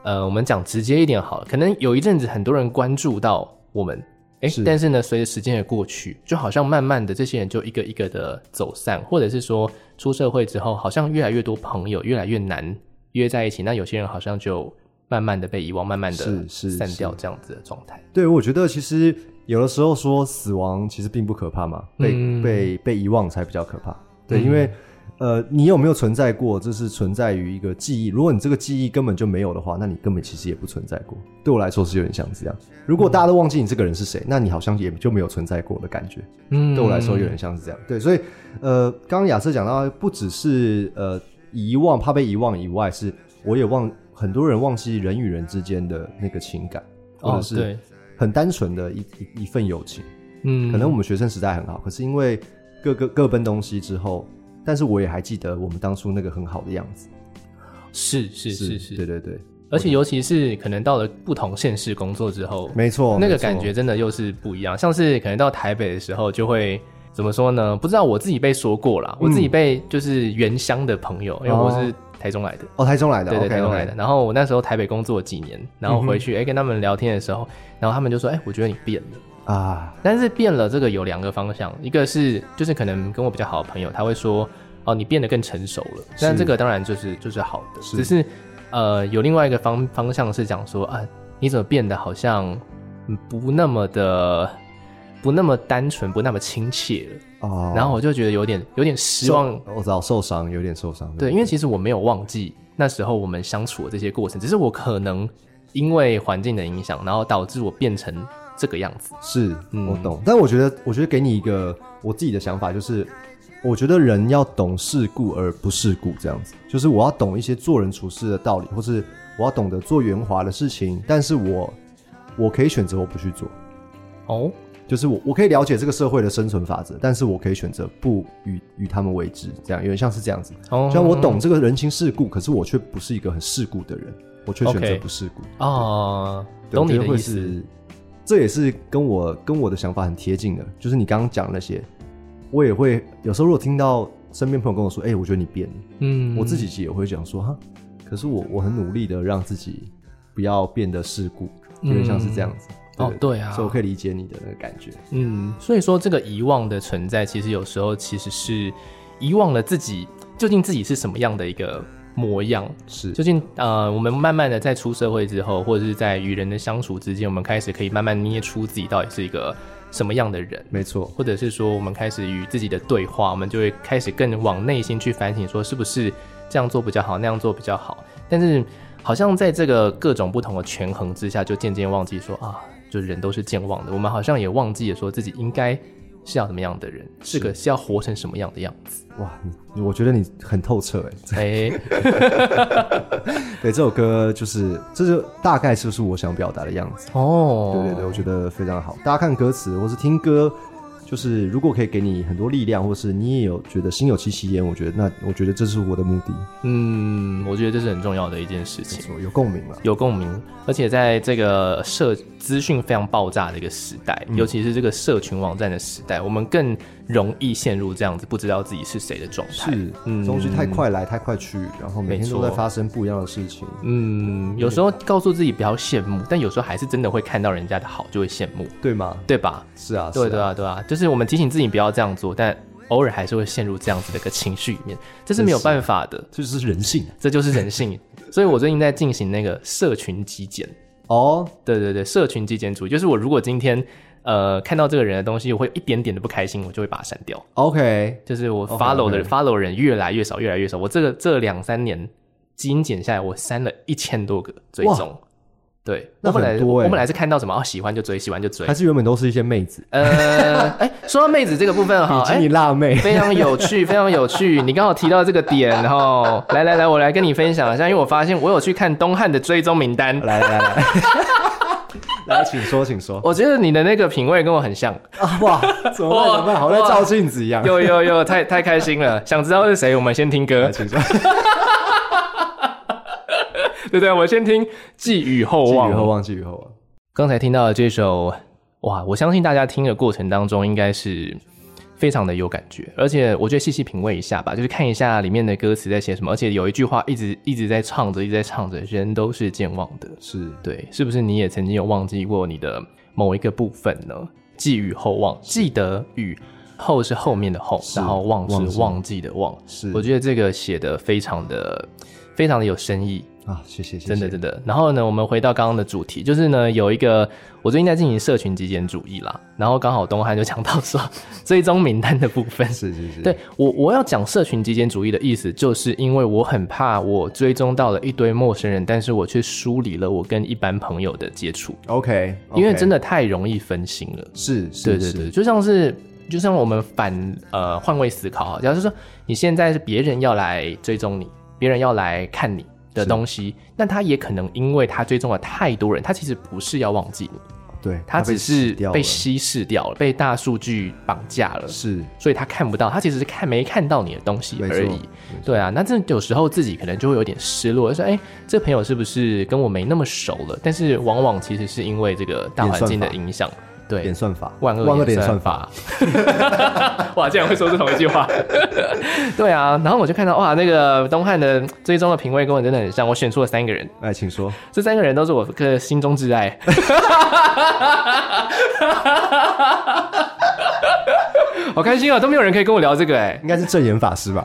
Speaker 1: 呃，我们讲直接一点好了，可能有一阵子很多人关注到我们，哎、
Speaker 2: 是
Speaker 1: 但是呢，随着时间的过去，就好像慢慢的这些人就一个一个的走散，或者是说出社会之后，好像越来越多朋友越来越难约在一起，那有些人好像就慢慢的被遗忘，慢慢的
Speaker 2: 是是
Speaker 1: 散掉
Speaker 2: 是
Speaker 1: 这样子的状态。
Speaker 2: 对，我觉得其实有的时候说死亡其实并不可怕嘛，被、
Speaker 1: 嗯
Speaker 2: 被被遗忘才比较可怕。对，
Speaker 1: 嗯
Speaker 2: 因为呃，你有没有存在过，这是存在于一个记忆。如果你这个记忆根本就没有的话，那你根本其实也不存在过。对我来说是有点像这样。如果大家都忘记你这个人是谁，那你好像也就没有存在过的感觉。
Speaker 1: 嗯
Speaker 2: 对我来说有点像是这样。对，所以呃，刚刚亚瑟讲到，不只是呃遗忘怕被遗忘以外，是我也忘很多人忘记人与人之间的那个情感，或
Speaker 1: 哦
Speaker 2: 者，是
Speaker 1: 对，
Speaker 2: 很单纯的一一一份友情。
Speaker 1: 嗯，
Speaker 2: 可能我们学生时代很好，可是因为各个各奔东西之后，但是我也还记得我们当初那个很好的样子。
Speaker 1: 是是是是，
Speaker 2: 对对对，
Speaker 1: 而且尤其是可能到了不同县市工作之后，
Speaker 2: 没错，
Speaker 1: 那个
Speaker 2: 哦没错
Speaker 1: 感觉真的又是不一样。像是可能到台北的时候，就会怎么说呢？不知道我自己被说过
Speaker 2: 嗯
Speaker 1: 啦，我自己被就是原乡的朋友，因为我是台中来的。
Speaker 2: 哦，台中哦来的，
Speaker 1: 对对，
Speaker 2: OK，
Speaker 1: 台中
Speaker 2: OK 嗯
Speaker 1: 来的。然后我那时候台北工作几年，然后回去哎、跟他们聊天的时候，然后他们就说：“哎、我觉得你变了。
Speaker 2: 啊，”
Speaker 1: 但是变了这个有两个方向，一个是就是可能跟我比较好的朋友，他会说：“哦，你变得更成熟了。”但这个当然就是就是好的，
Speaker 2: 是
Speaker 1: 只是呃有另外一个方方向是讲说啊，你怎么变得好像嗯不那么的不那么单纯，不那么亲切了。
Speaker 2: 哦，
Speaker 1: 然后我就觉得有点有点失望
Speaker 2: 受，，我知道受伤，有点受伤。
Speaker 1: 对，因为其实我没有忘记那时候我们相处的这些过程，只是我可能因为环境的影响，然后导致我变成这个样子。
Speaker 2: 是
Speaker 1: 嗯
Speaker 2: 我懂，但我觉得，我觉得给你一个我自己的想法，就是我觉得人要懂世故而不世故，这样子，就是我要懂一些做人处事的道理，或是我要懂得做圆滑的事情，但是我我可以选择我不去做，
Speaker 1: 哦，
Speaker 2: 就是我我可以了解这个社会的生存法则，但是我可以选择不与与他们为之，这样有点像是这样子。
Speaker 1: 哦
Speaker 2: 虽然我懂这个人情世故，可是我却不是一个很世故的人，我却选
Speaker 1: OK
Speaker 2: 择不世故。
Speaker 1: 哦，
Speaker 2: 对
Speaker 1: 懂你的
Speaker 2: 我觉得
Speaker 1: 意
Speaker 2: 会
Speaker 1: 思
Speaker 2: 是。这也是跟我跟我的想法很贴近的，就是你刚刚讲的那些，我也会有时候如果听到身边朋友跟我说，哎、我觉得你变了，
Speaker 1: 嗯
Speaker 2: 我自己其实也会讲说，哈，可是我我很努力的让自己不要变得世故，有点像是这样子。
Speaker 1: 哦对啊
Speaker 2: 所以我可以理解你的那个感觉。
Speaker 1: 嗯，所以说这个遗忘的存在，其实有时候其实是遗忘了自己究竟自己是什么样的一个模样。
Speaker 2: 是
Speaker 1: 究竟呃，我们慢慢的在出社会之后，或者是在与人的相处之间，我们开始可以慢慢捏出自己到底是一个什么样的人，
Speaker 2: 没错，
Speaker 1: 或者是说我们开始与自己的对话，我们就会开始更往内心去反省，说是不是这样做比较好，那样做比较好。但是好像在这个各种不同的权衡之下，就渐渐忘记说啊，就人都是健忘的，我们好像也忘记了说自己应该是要怎么样的人，是个是要活成什么样的样子。
Speaker 2: 哇，你我觉得你很透彻哎、
Speaker 1: 哎，
Speaker 2: 对，这首歌就是，这就大概就是我想表达的样子。
Speaker 1: 哦
Speaker 2: 对对对，我觉得非常好。大家看歌词或是听歌，就是如果可以给你很多力量，或是你也有觉得心有戚戚焉，我觉得那我觉得这是我的目的，
Speaker 1: 嗯，我觉得这是很重要的一件事
Speaker 2: 没
Speaker 1: 情。
Speaker 2: 错，有共鸣了。
Speaker 1: 有共鸣，而且在这个社资讯非常爆炸的一个时代，
Speaker 2: 嗯
Speaker 1: 尤其是这个社群网站的时代，我们更容易陷入这样子不知道自己是谁的状态。
Speaker 2: 是，
Speaker 1: 嗯
Speaker 2: 东西太快来太快去，然后每
Speaker 1: 没
Speaker 2: 天都
Speaker 1: 错
Speaker 2: 在发生不一样的事情。
Speaker 1: 嗯，有时候告诉自己不要羡慕，但有时候还是真的会看到人家的好就会羡慕，
Speaker 2: 对吗？
Speaker 1: 对吧？
Speaker 2: 是啊，
Speaker 1: 对
Speaker 2: 是
Speaker 1: 对
Speaker 2: 啊，
Speaker 1: 啊，对啊，就是我们提醒自己不要这样做，但偶尔还是会陷入这样子的一个情绪里面，这是没有办法的，
Speaker 2: 这就是人性啊
Speaker 1: 这就是人性。所以我最近在进行那个社群极简，
Speaker 2: 哦。
Speaker 1: 对对对，社群极简主义，就是我如果今天呃看到这个人的东西，我会有一点点的不开心，我就会把它删掉。
Speaker 2: OK，
Speaker 1: 就是我
Speaker 2: OK，OK
Speaker 1: follow 的 follow 人越来越少，越来越少。我这个这两三年基因减下来，我删了一千多个追踪。对，
Speaker 2: 那
Speaker 1: 我本来
Speaker 2: 很多欸
Speaker 1: 我本来是看到什么哦，喜欢就追，喜欢就追
Speaker 2: 还。是原本都是一些妹子，
Speaker 1: 呃， 哎，说到妹子这个部分哈，
Speaker 2: 比基
Speaker 1: 哎
Speaker 2: 尼，辣妹，
Speaker 1: 非常有趣，非常有趣。你刚好提到这个点，然后来来来，我来跟你分享一下，因为我发现我有去看东汉的追踪名单，
Speaker 2: 来来来来， 来，请说，请说。
Speaker 1: 我觉得你的那个品味跟我很像。
Speaker 2: 啊哇，怎么办？
Speaker 1: 哇
Speaker 2: 怎么办？好像在
Speaker 1: 哇
Speaker 2: 照镜子一 样。
Speaker 1: 有有有，太太开心 了！想知道是谁，我们先听歌
Speaker 2: 来，，请说。
Speaker 1: 对对，我先听《寄予厚
Speaker 2: 寄
Speaker 1: 望
Speaker 2: 予》。厚望，寄予厚望。
Speaker 1: 刚才听到的这首，哇，我相信大家听的过程当中应该是非常的有感觉，而且我觉得细细品味一下吧，就是看一下里面的歌词在写什么，而且有一句话一直一直在唱着，一直在唱着，人都是健忘的，
Speaker 2: 是，
Speaker 1: 对，是不是你也曾经有忘记过你的某一个部分呢？寄予厚望，记得与后是后面的后，
Speaker 2: 是
Speaker 1: 然后忘
Speaker 2: 忘
Speaker 1: 是
Speaker 2: 记
Speaker 1: 忘记的忘，
Speaker 2: 是，
Speaker 1: 我觉得这个写的非常的非常的有深意，
Speaker 2: 得啊，谢谢，谢谢
Speaker 1: 真的真的。然后呢，我们回到刚刚的主题，就是呢有一个我最近在进行社群极简主义啦，然后刚好东汉就讲到说 追踪名单的部分。
Speaker 2: 是是是，
Speaker 1: 对，我，我要讲社群极简主义的意思，就是因为我很怕我追踪到了一堆陌生人，但是我却疏离了我跟一般朋友的接触，
Speaker 2: ，OK，
Speaker 1: 因为真
Speaker 2: 的
Speaker 1: 的太容易分心了。
Speaker 2: 是，是
Speaker 1: 对对，
Speaker 2: 是
Speaker 1: 对，就像是就像我们反呃换位思考啊，假如说你现在是别人要来追踪你，别人要来看你的东西，那他也可能因为他追踪了太多人，他其实不是要忘记你，
Speaker 2: 对，
Speaker 1: 他
Speaker 2: 被
Speaker 1: 只是
Speaker 2: 洗掉
Speaker 1: 被
Speaker 2: 了
Speaker 1: 稀释掉了，被大数据绑架了。
Speaker 2: 是
Speaker 1: 所以他看不到，他其实是看没看到你的东西
Speaker 2: 没错
Speaker 1: 而
Speaker 2: 没
Speaker 1: 已。对啊，那这有时候自己可能就会有点失落，就说哎、这朋友是不是跟我没那么熟了？但是往往其实是因为这个大
Speaker 2: 演
Speaker 1: 环
Speaker 2: 算
Speaker 1: 境的
Speaker 2: 法
Speaker 1: 影响，对，
Speaker 2: 演算法，
Speaker 1: 万恶
Speaker 2: 万恶
Speaker 1: 的
Speaker 2: 的
Speaker 1: 演
Speaker 2: 演
Speaker 1: 算
Speaker 2: 算法，
Speaker 1: 法。 哇，竟然会说出同一句话。 对啊，然后我就看到哇，那个东汉的最终的评委跟我真的很像，我选出了三个人，
Speaker 2: 哎，请 说，
Speaker 1: 这三个人都是我个心中挚爱。 好开心啊、都没有人可以跟我聊这个哎、
Speaker 2: 应该是正言法师吧？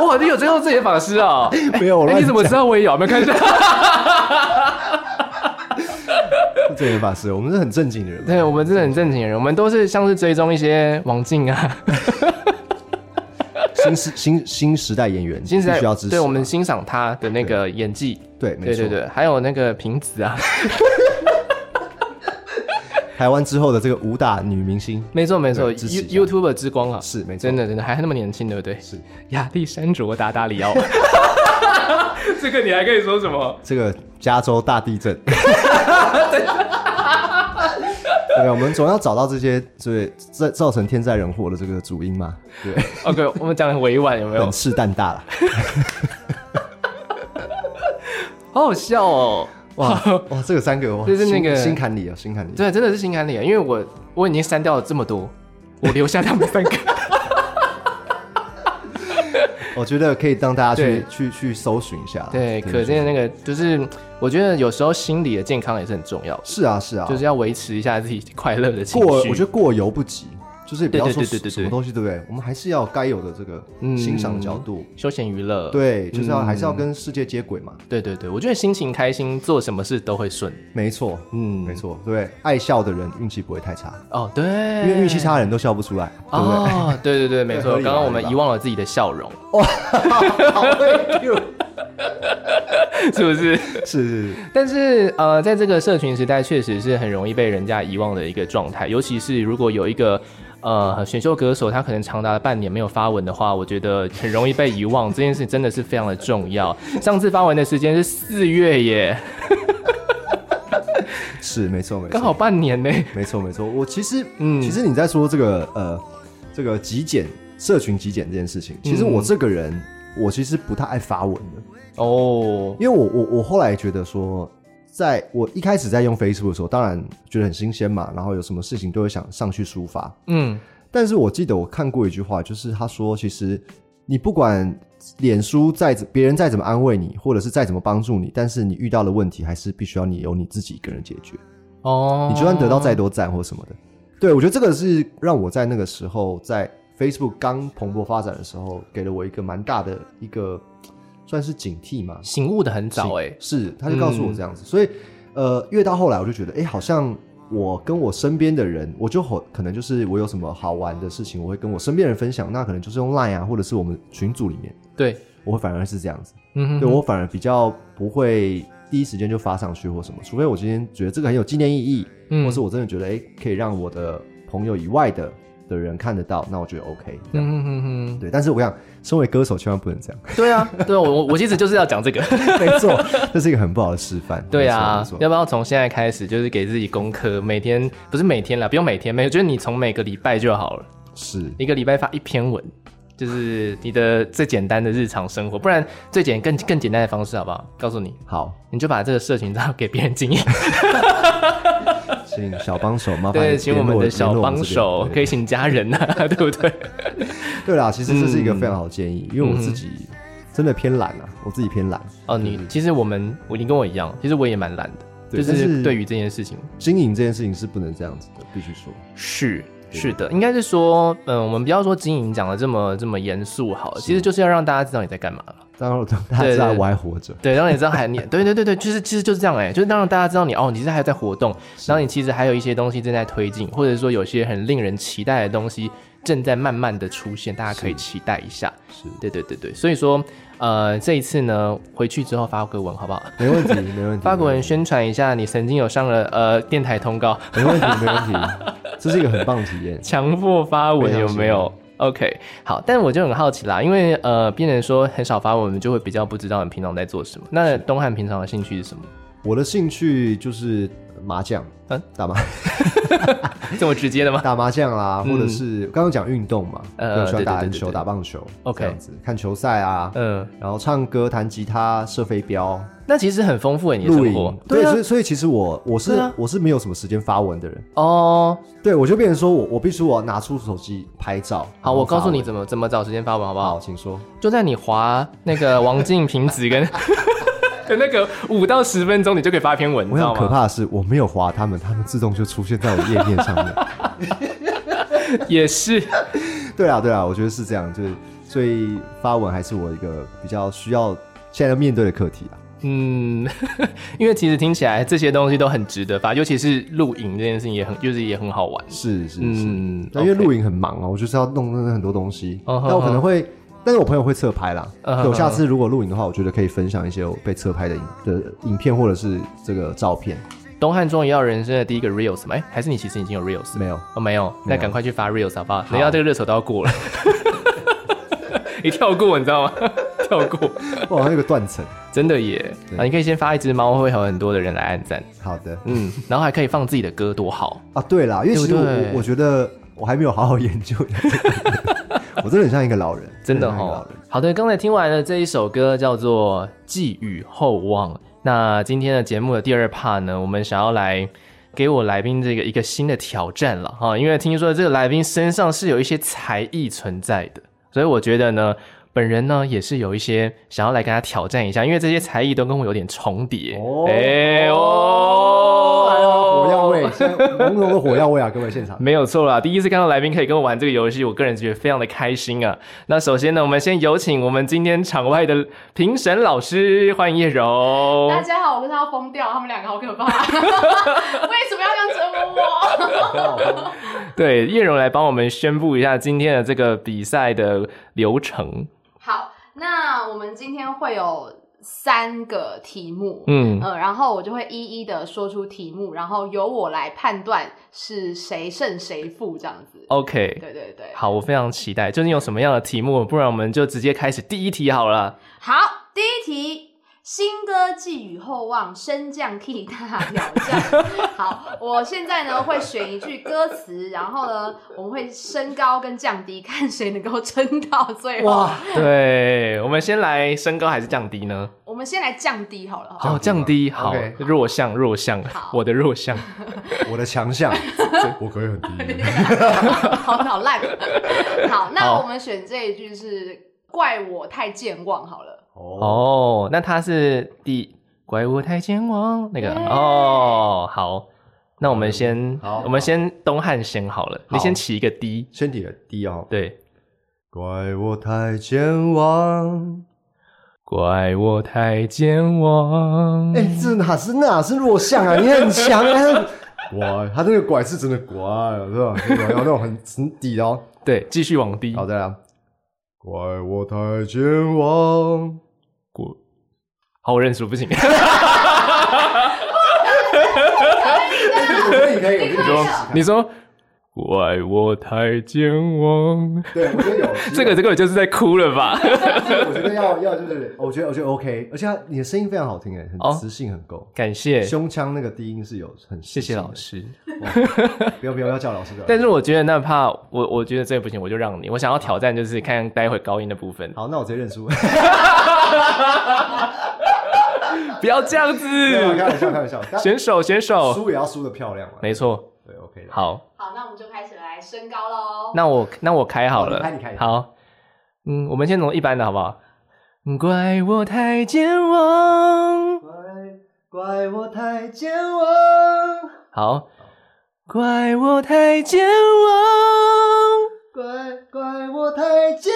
Speaker 1: 哇，你有追踪自己的法师哦、
Speaker 2: 没有，我
Speaker 1: 哎、
Speaker 2: 乱
Speaker 1: 你怎么
Speaker 2: 讲
Speaker 1: 知道 我也有？没有看一 下？
Speaker 2: 正言法师？我们是很正经的人嘛，
Speaker 1: 对我们真的很正经的人，我们都是像是追踪一些王静 啊，
Speaker 2: 新时新新时代演员，
Speaker 1: 新时代
Speaker 2: 必须要支持啊，
Speaker 1: 对我们欣赏他的那个演技，
Speaker 2: 对，没
Speaker 1: 对
Speaker 2: 错
Speaker 1: 对，对，还有那个瓶子 啊，
Speaker 2: 台湾之后的这个武打女明星
Speaker 1: 没错没错
Speaker 2: 对支持一下
Speaker 1: ，You YouTuber 之光啊，
Speaker 2: 是没错
Speaker 1: 真，的真的还那么年轻，对不对？
Speaker 2: 是
Speaker 1: 亚历山卓达达 里奥，这个你还可以说什么？
Speaker 2: 这个加州大 地震。对，我们总要找到这些对造造成天灾人祸的这个主因嘛，对，
Speaker 1: ？OK，我们讲得很委婉，有没 有
Speaker 2: 本？事蛋大了，
Speaker 1: 好好笑哦！
Speaker 2: 哇哇，这个三个，哇
Speaker 1: 就是那个
Speaker 2: 心心坎里啊，心坎里，
Speaker 1: 对，真的是心坎里啊，因为我我已经删掉了这么 多，我留下他们三个。
Speaker 2: 我觉得可以让大家去
Speaker 1: 对
Speaker 2: 去去搜寻一下，
Speaker 1: 对，可见那个就是，我觉得有时候心理的健康也是很重要的，
Speaker 2: 是啊是啊，
Speaker 1: 就是要维持一下自己快乐的情
Speaker 2: 过
Speaker 1: 绪。
Speaker 2: 我觉得过犹不及，就是也不要
Speaker 1: 对对
Speaker 2: 说
Speaker 1: 对对对
Speaker 2: 什么东西，对不对？我们还是要该有的这个
Speaker 1: 嗯
Speaker 2: 欣赏的角度，
Speaker 1: 休闲娱乐，
Speaker 2: 对，就是要
Speaker 1: 嗯
Speaker 2: 还是要跟世界接轨嘛，
Speaker 1: 对对对，我觉得心情开心，做什么事都会顺。
Speaker 2: 没错，
Speaker 1: 嗯
Speaker 2: 没错，对，爱笑的人运气不会太差，
Speaker 1: 哦，对，
Speaker 2: 因为运气差的人都笑不出来，对啊不对？
Speaker 1: 哦，对对对，没错
Speaker 2: 合，理吧
Speaker 1: 刚刚我们遗忘了自己的笑容，
Speaker 2: 好会 Q 啊
Speaker 1: 是不是？
Speaker 2: 是是是，
Speaker 1: 但是呃，在这个社群时代，确实是很容易被人家遗忘的一个状态，尤其是如果有一个。呃，选秀歌手他可能长达半年没有发文的话，我觉得很容易被遗忘，这件事真的是非常的 重要。上次发文的时间是四月耶，
Speaker 2: 是没错没错，
Speaker 1: 刚好半年呢。
Speaker 2: 没错没错，我其实，
Speaker 1: 嗯
Speaker 2: 嗯，其实你在说这个呃，这个极简社群极简这件事情，其实我这个人，我其实不太爱发文的，
Speaker 1: 哦，
Speaker 2: 因为我我我后来觉得说，在我一开始在用 Facebook 的时候，当然觉得很新鲜嘛，然后有什么事情都会想上去抒发，
Speaker 1: 嗯
Speaker 2: 但是我记得我看过一句话，就是他说，其实你不管脸书再怎别人再怎么安慰你，或者是再怎么帮助你，但是你遇到的问题还是必须要你由你自己一个人解决。
Speaker 1: 哦，
Speaker 2: 你就算得到再多赞或什么的。对，我觉得这个是让我在那个时候在 Facebook 刚蓬勃发展的时候，给了我一个蛮大的一个算是警惕嘛。
Speaker 1: 醒悟的很早哎、
Speaker 2: 是，他就告诉我这样
Speaker 1: 嗯
Speaker 2: 子，所以呃，越到后来我就觉得，哎、好像我跟我身边的人，我就好可能就是我有什么好玩的事情，我会跟我身边人分享，那可能就是用 Line 啊，或者是我们群组里面，
Speaker 1: 对，
Speaker 2: 我会反而是这样子。
Speaker 1: 嗯哼
Speaker 2: 对我反而比较不会第一时间就发上去或什么，除非我今天觉得这个很有纪念意义，
Speaker 1: 嗯
Speaker 2: 或是我真的觉得哎、诶可以让我的朋友以外的的人看得到，那我觉得 OK
Speaker 1: 嗯
Speaker 2: 这样。
Speaker 1: 哼哼哼，
Speaker 2: 对，但是我想，身为歌手千万不能 这样，
Speaker 1: 对啊，对啊，我我我一直就是要讲这个，
Speaker 2: 没错， 这是一个很不好的示范。
Speaker 1: 对啊
Speaker 2: 没，错没
Speaker 1: 要
Speaker 2: 错
Speaker 1: 不要从现在开始就是给自己功课，每天不是每天啦，不用每天，没有，就是你从每个礼拜就好了，
Speaker 2: 是
Speaker 1: 一个礼拜发一篇文，就是你的最简单的日常生活，不然最简更更简单的方式好不好？告诉你，
Speaker 2: 好，
Speaker 1: 你就把这个社群账号给别人 经营，
Speaker 2: 请小帮手，麻烦
Speaker 1: 对，请我
Speaker 2: 哦联络
Speaker 1: 们的
Speaker 2: 联
Speaker 1: 小
Speaker 2: 络我们
Speaker 1: 帮
Speaker 2: 这边
Speaker 1: 手，
Speaker 2: 对
Speaker 1: 可以请家人啊，对 不对？
Speaker 2: 对啦，其实这是一个非常好的建议，因为我
Speaker 1: 嗯
Speaker 2: 自己真的偏懒啊，我自己偏懒，
Speaker 1: 哦，你其实我们，我你跟我一样，其实我也蛮懒的，
Speaker 2: 对
Speaker 1: 就
Speaker 2: 但
Speaker 1: 是
Speaker 2: 是
Speaker 1: 对于这件事情，
Speaker 2: 经营这件事情是不能这样子的，必须说。
Speaker 1: 是是的，应该是说，嗯，我们不要说经营讲的这么这么严肃好了，其实就是要让大家知道你在干嘛了。
Speaker 2: 当然，大家知道我还活着，
Speaker 1: 对，让你知道还你 对对对对，就是其实就是这样哎、就是让大家知道你哦，你是还在活动，然后你其实还有一些东西正在推进，或者说有些很令人期待的东西正在慢慢的出现，大家可以期待一下。
Speaker 2: 是
Speaker 1: 对对对对，所以说呃这一次呢回去之后发个文好不好？
Speaker 2: 没问题，没问题。
Speaker 1: 发个文宣传一下，你曾经有上了呃电台通告，
Speaker 2: 没问题，没问题，这是一个很棒的体验。
Speaker 1: 强迫发文有没有？OK，好，但我就很好奇啦，因为呃，变成说很少发文，我们就会比较不知道你平常在做什么。那东汉平常的兴趣是什么？
Speaker 2: 我的兴趣就是麻将，
Speaker 1: 嗯
Speaker 2: 打麻
Speaker 1: 这么直接的吗
Speaker 2: 打麻将啦，
Speaker 1: 嗯
Speaker 2: 或者是刚刚讲运动嘛，
Speaker 1: 呃
Speaker 2: 呃，喜欢打
Speaker 1: 对对对
Speaker 2: 篮
Speaker 1: 对
Speaker 2: 球、
Speaker 1: 对
Speaker 2: 打棒球
Speaker 1: OK
Speaker 2: 这样子看球赛啊，
Speaker 1: 嗯，
Speaker 2: 然后唱歌、弹吉他、射飞镖、
Speaker 1: 那其实很丰富欸诶，你的
Speaker 2: 露
Speaker 1: 生活啊
Speaker 2: 营。。对，所以所以其实我我是
Speaker 1: 对啊
Speaker 2: 我是没有什么时间发文的人，
Speaker 1: 哦，
Speaker 2: 对我就变成说我我必须我拿出手机拍照。
Speaker 1: 好，我告诉你
Speaker 2: 然后
Speaker 1: 怎么怎么找时间发文好不
Speaker 2: 发文，
Speaker 1: 好？
Speaker 2: 好，请说。
Speaker 1: 就在你滑那个王静平子跟 的那个五到十分钟，你就可以发一篇文，你
Speaker 2: 我
Speaker 1: 知道
Speaker 2: 想可
Speaker 1: 吗？
Speaker 2: 怕的是，我没有划他们，他们自动就出现在我页面上面。
Speaker 1: 也是，
Speaker 2: 对啊，对啊，我觉得是这样，就是所以发文还是我一个比较需要现在要面对的课题啊。
Speaker 1: 嗯， 因为其实听起来这些东西都很值得发，尤其是露营这件事情也很，就是也很好玩。
Speaker 2: 是是是，
Speaker 1: 嗯，
Speaker 2: 那因为
Speaker 1: OK
Speaker 2: 露营很忙啊，我就是要弄弄很多东西，
Speaker 1: 嗯哼
Speaker 2: 但我可能会。但是我朋友会侧拍啦，
Speaker 1: 嗯哼
Speaker 2: 对我下次如果录影的话，我觉得可以分享一些我被侧拍的影的影片或者是这个照片。
Speaker 1: 东汉终于要人生的第一个 reels 吗？哎、还是你其实已经有 reels？
Speaker 2: 没有，
Speaker 1: 哦，没有，那赶快去发 reels 好不好？人家这个热潮都要过了， 你跳过你知道吗？ 跳过，
Speaker 2: 我好像有个断层。
Speaker 1: 真的耶！
Speaker 2: 对
Speaker 1: 啊，你可以先发一只猫，会有很多的人来按赞，
Speaker 2: 好的
Speaker 1: 嗯，然后还可以放自己的歌，多好！
Speaker 2: 啊，对啦，因为其实我
Speaker 1: 对不对
Speaker 2: 我我觉得我还没有好好研究 这个，我真的很像一个老人，
Speaker 1: 真的
Speaker 2: 很像一个老
Speaker 1: 哦
Speaker 2: 人。
Speaker 1: 好的，刚才听完了这一首歌，叫做《寄予厚望》。那今天的节目的第二 part 呢，我们想要来给我来宾这个一个新的挑战了哈，因为听说这个来宾身上是有一些才艺存在的，所以我觉得呢，本人呢也是有一些想要来跟他挑战一下，因为这些才艺都跟我有点重叠。
Speaker 2: 哦
Speaker 1: 哎
Speaker 2: 来
Speaker 1: 哦
Speaker 2: 了，哎火药味，现在浓浓的火药味啊！各位现场，
Speaker 1: 没有错啦，第一次看到来宾可以跟我玩这个游戏，我个人觉得非常的开心啊。那首先呢，我们先有请我们今天场外的评审老师，欢迎叶柔。
Speaker 3: 大家好，我跟他疯掉，他们两个好可怕，为什么要这样折磨我？
Speaker 1: 对，叶柔来帮我们宣布一下今天的这个比赛的流程。
Speaker 3: 好，那我们今天会有三个题目，
Speaker 1: 嗯，
Speaker 3: 呃，然后我就会一一的说出题目，然后由我来判断是谁胜谁负这样子。
Speaker 1: OK。
Speaker 3: 对对对，
Speaker 1: 好，我非常期待，究竟有什么样的题目？不然我们就直接开始第一题好了。
Speaker 3: 好，第一题，新歌寄予厚望，升降 key 大挑战。 好，我现在呢会选一句歌词，然后呢我们会升高跟降低，看谁能够撑到最后。
Speaker 2: 哇，
Speaker 1: 对，我们先来升高还是降低呢？
Speaker 3: 我们先来降低好了，好不好
Speaker 1: 好，降
Speaker 2: 降
Speaker 1: 低，
Speaker 2: 低
Speaker 1: 好
Speaker 2: OK，
Speaker 1: 弱项，弱项
Speaker 3: 好，
Speaker 1: 我的弱项。
Speaker 2: 我的 强项，我可以很低。
Speaker 1: 哎
Speaker 3: 好好烂。好，那
Speaker 1: 好
Speaker 3: 我们选这一句是怪我太健忘好了。
Speaker 2: 哦，
Speaker 1: 哦，那他是第怪我太健忘那个
Speaker 3: 对
Speaker 1: 哦，好，那我们先，
Speaker 2: 好
Speaker 1: 我们先东汉先好了，你
Speaker 2: 好
Speaker 1: 先起一个低，
Speaker 2: 先底的低哦。
Speaker 1: 对，
Speaker 2: 怪我太健忘。
Speaker 1: 怪我太健忘。
Speaker 2: 哎、这哪是哪是弱项啊？你很强啊！哇，他这个拐是真的拐，是吧？是吧然后那种很很底哦。
Speaker 1: 对，继续往低，
Speaker 2: 好，再来啊。怪我太健忘。
Speaker 1: 过，好，我认输，不 行，
Speaker 2: 可以可以，我觉得有
Speaker 1: 你说怪我太健忘，
Speaker 2: 对，我觉得有
Speaker 1: 这个这个就是在哭了 吧？
Speaker 2: 这哎个我觉得要 要就是，哦我觉得我觉得 OK，而且他你的声音非常好听哎，
Speaker 1: 哦
Speaker 2: 很磁性很够，
Speaker 1: 感谢，
Speaker 2: 胸腔那个低音是有很
Speaker 1: 谢
Speaker 2: 谢
Speaker 1: 谢老，师。
Speaker 2: 不要不要要叫老师不要，
Speaker 1: 但是我觉得那怕我，我觉得这个不行，我就让你。我想要挑战，就是看待会高音的部分。
Speaker 2: 好，那我直接 认 输。
Speaker 1: 不要这样
Speaker 2: 没有开
Speaker 1: 子，
Speaker 2: 玩笑，开玩笑，但
Speaker 1: 选手选手，
Speaker 2: 输也要输的漂亮嘛。
Speaker 1: 没错。
Speaker 2: 对，OK 的。
Speaker 1: 好，
Speaker 3: 好，那我们就开始来升高喽。
Speaker 1: 那我那我开好了
Speaker 2: 哦好你开你开，
Speaker 1: 好，嗯，我们先从一般的好不好？嗯怪我太健忘，
Speaker 2: 怪怪我太健忘，
Speaker 1: 好，怪我太健忘，
Speaker 2: 怪怪我太健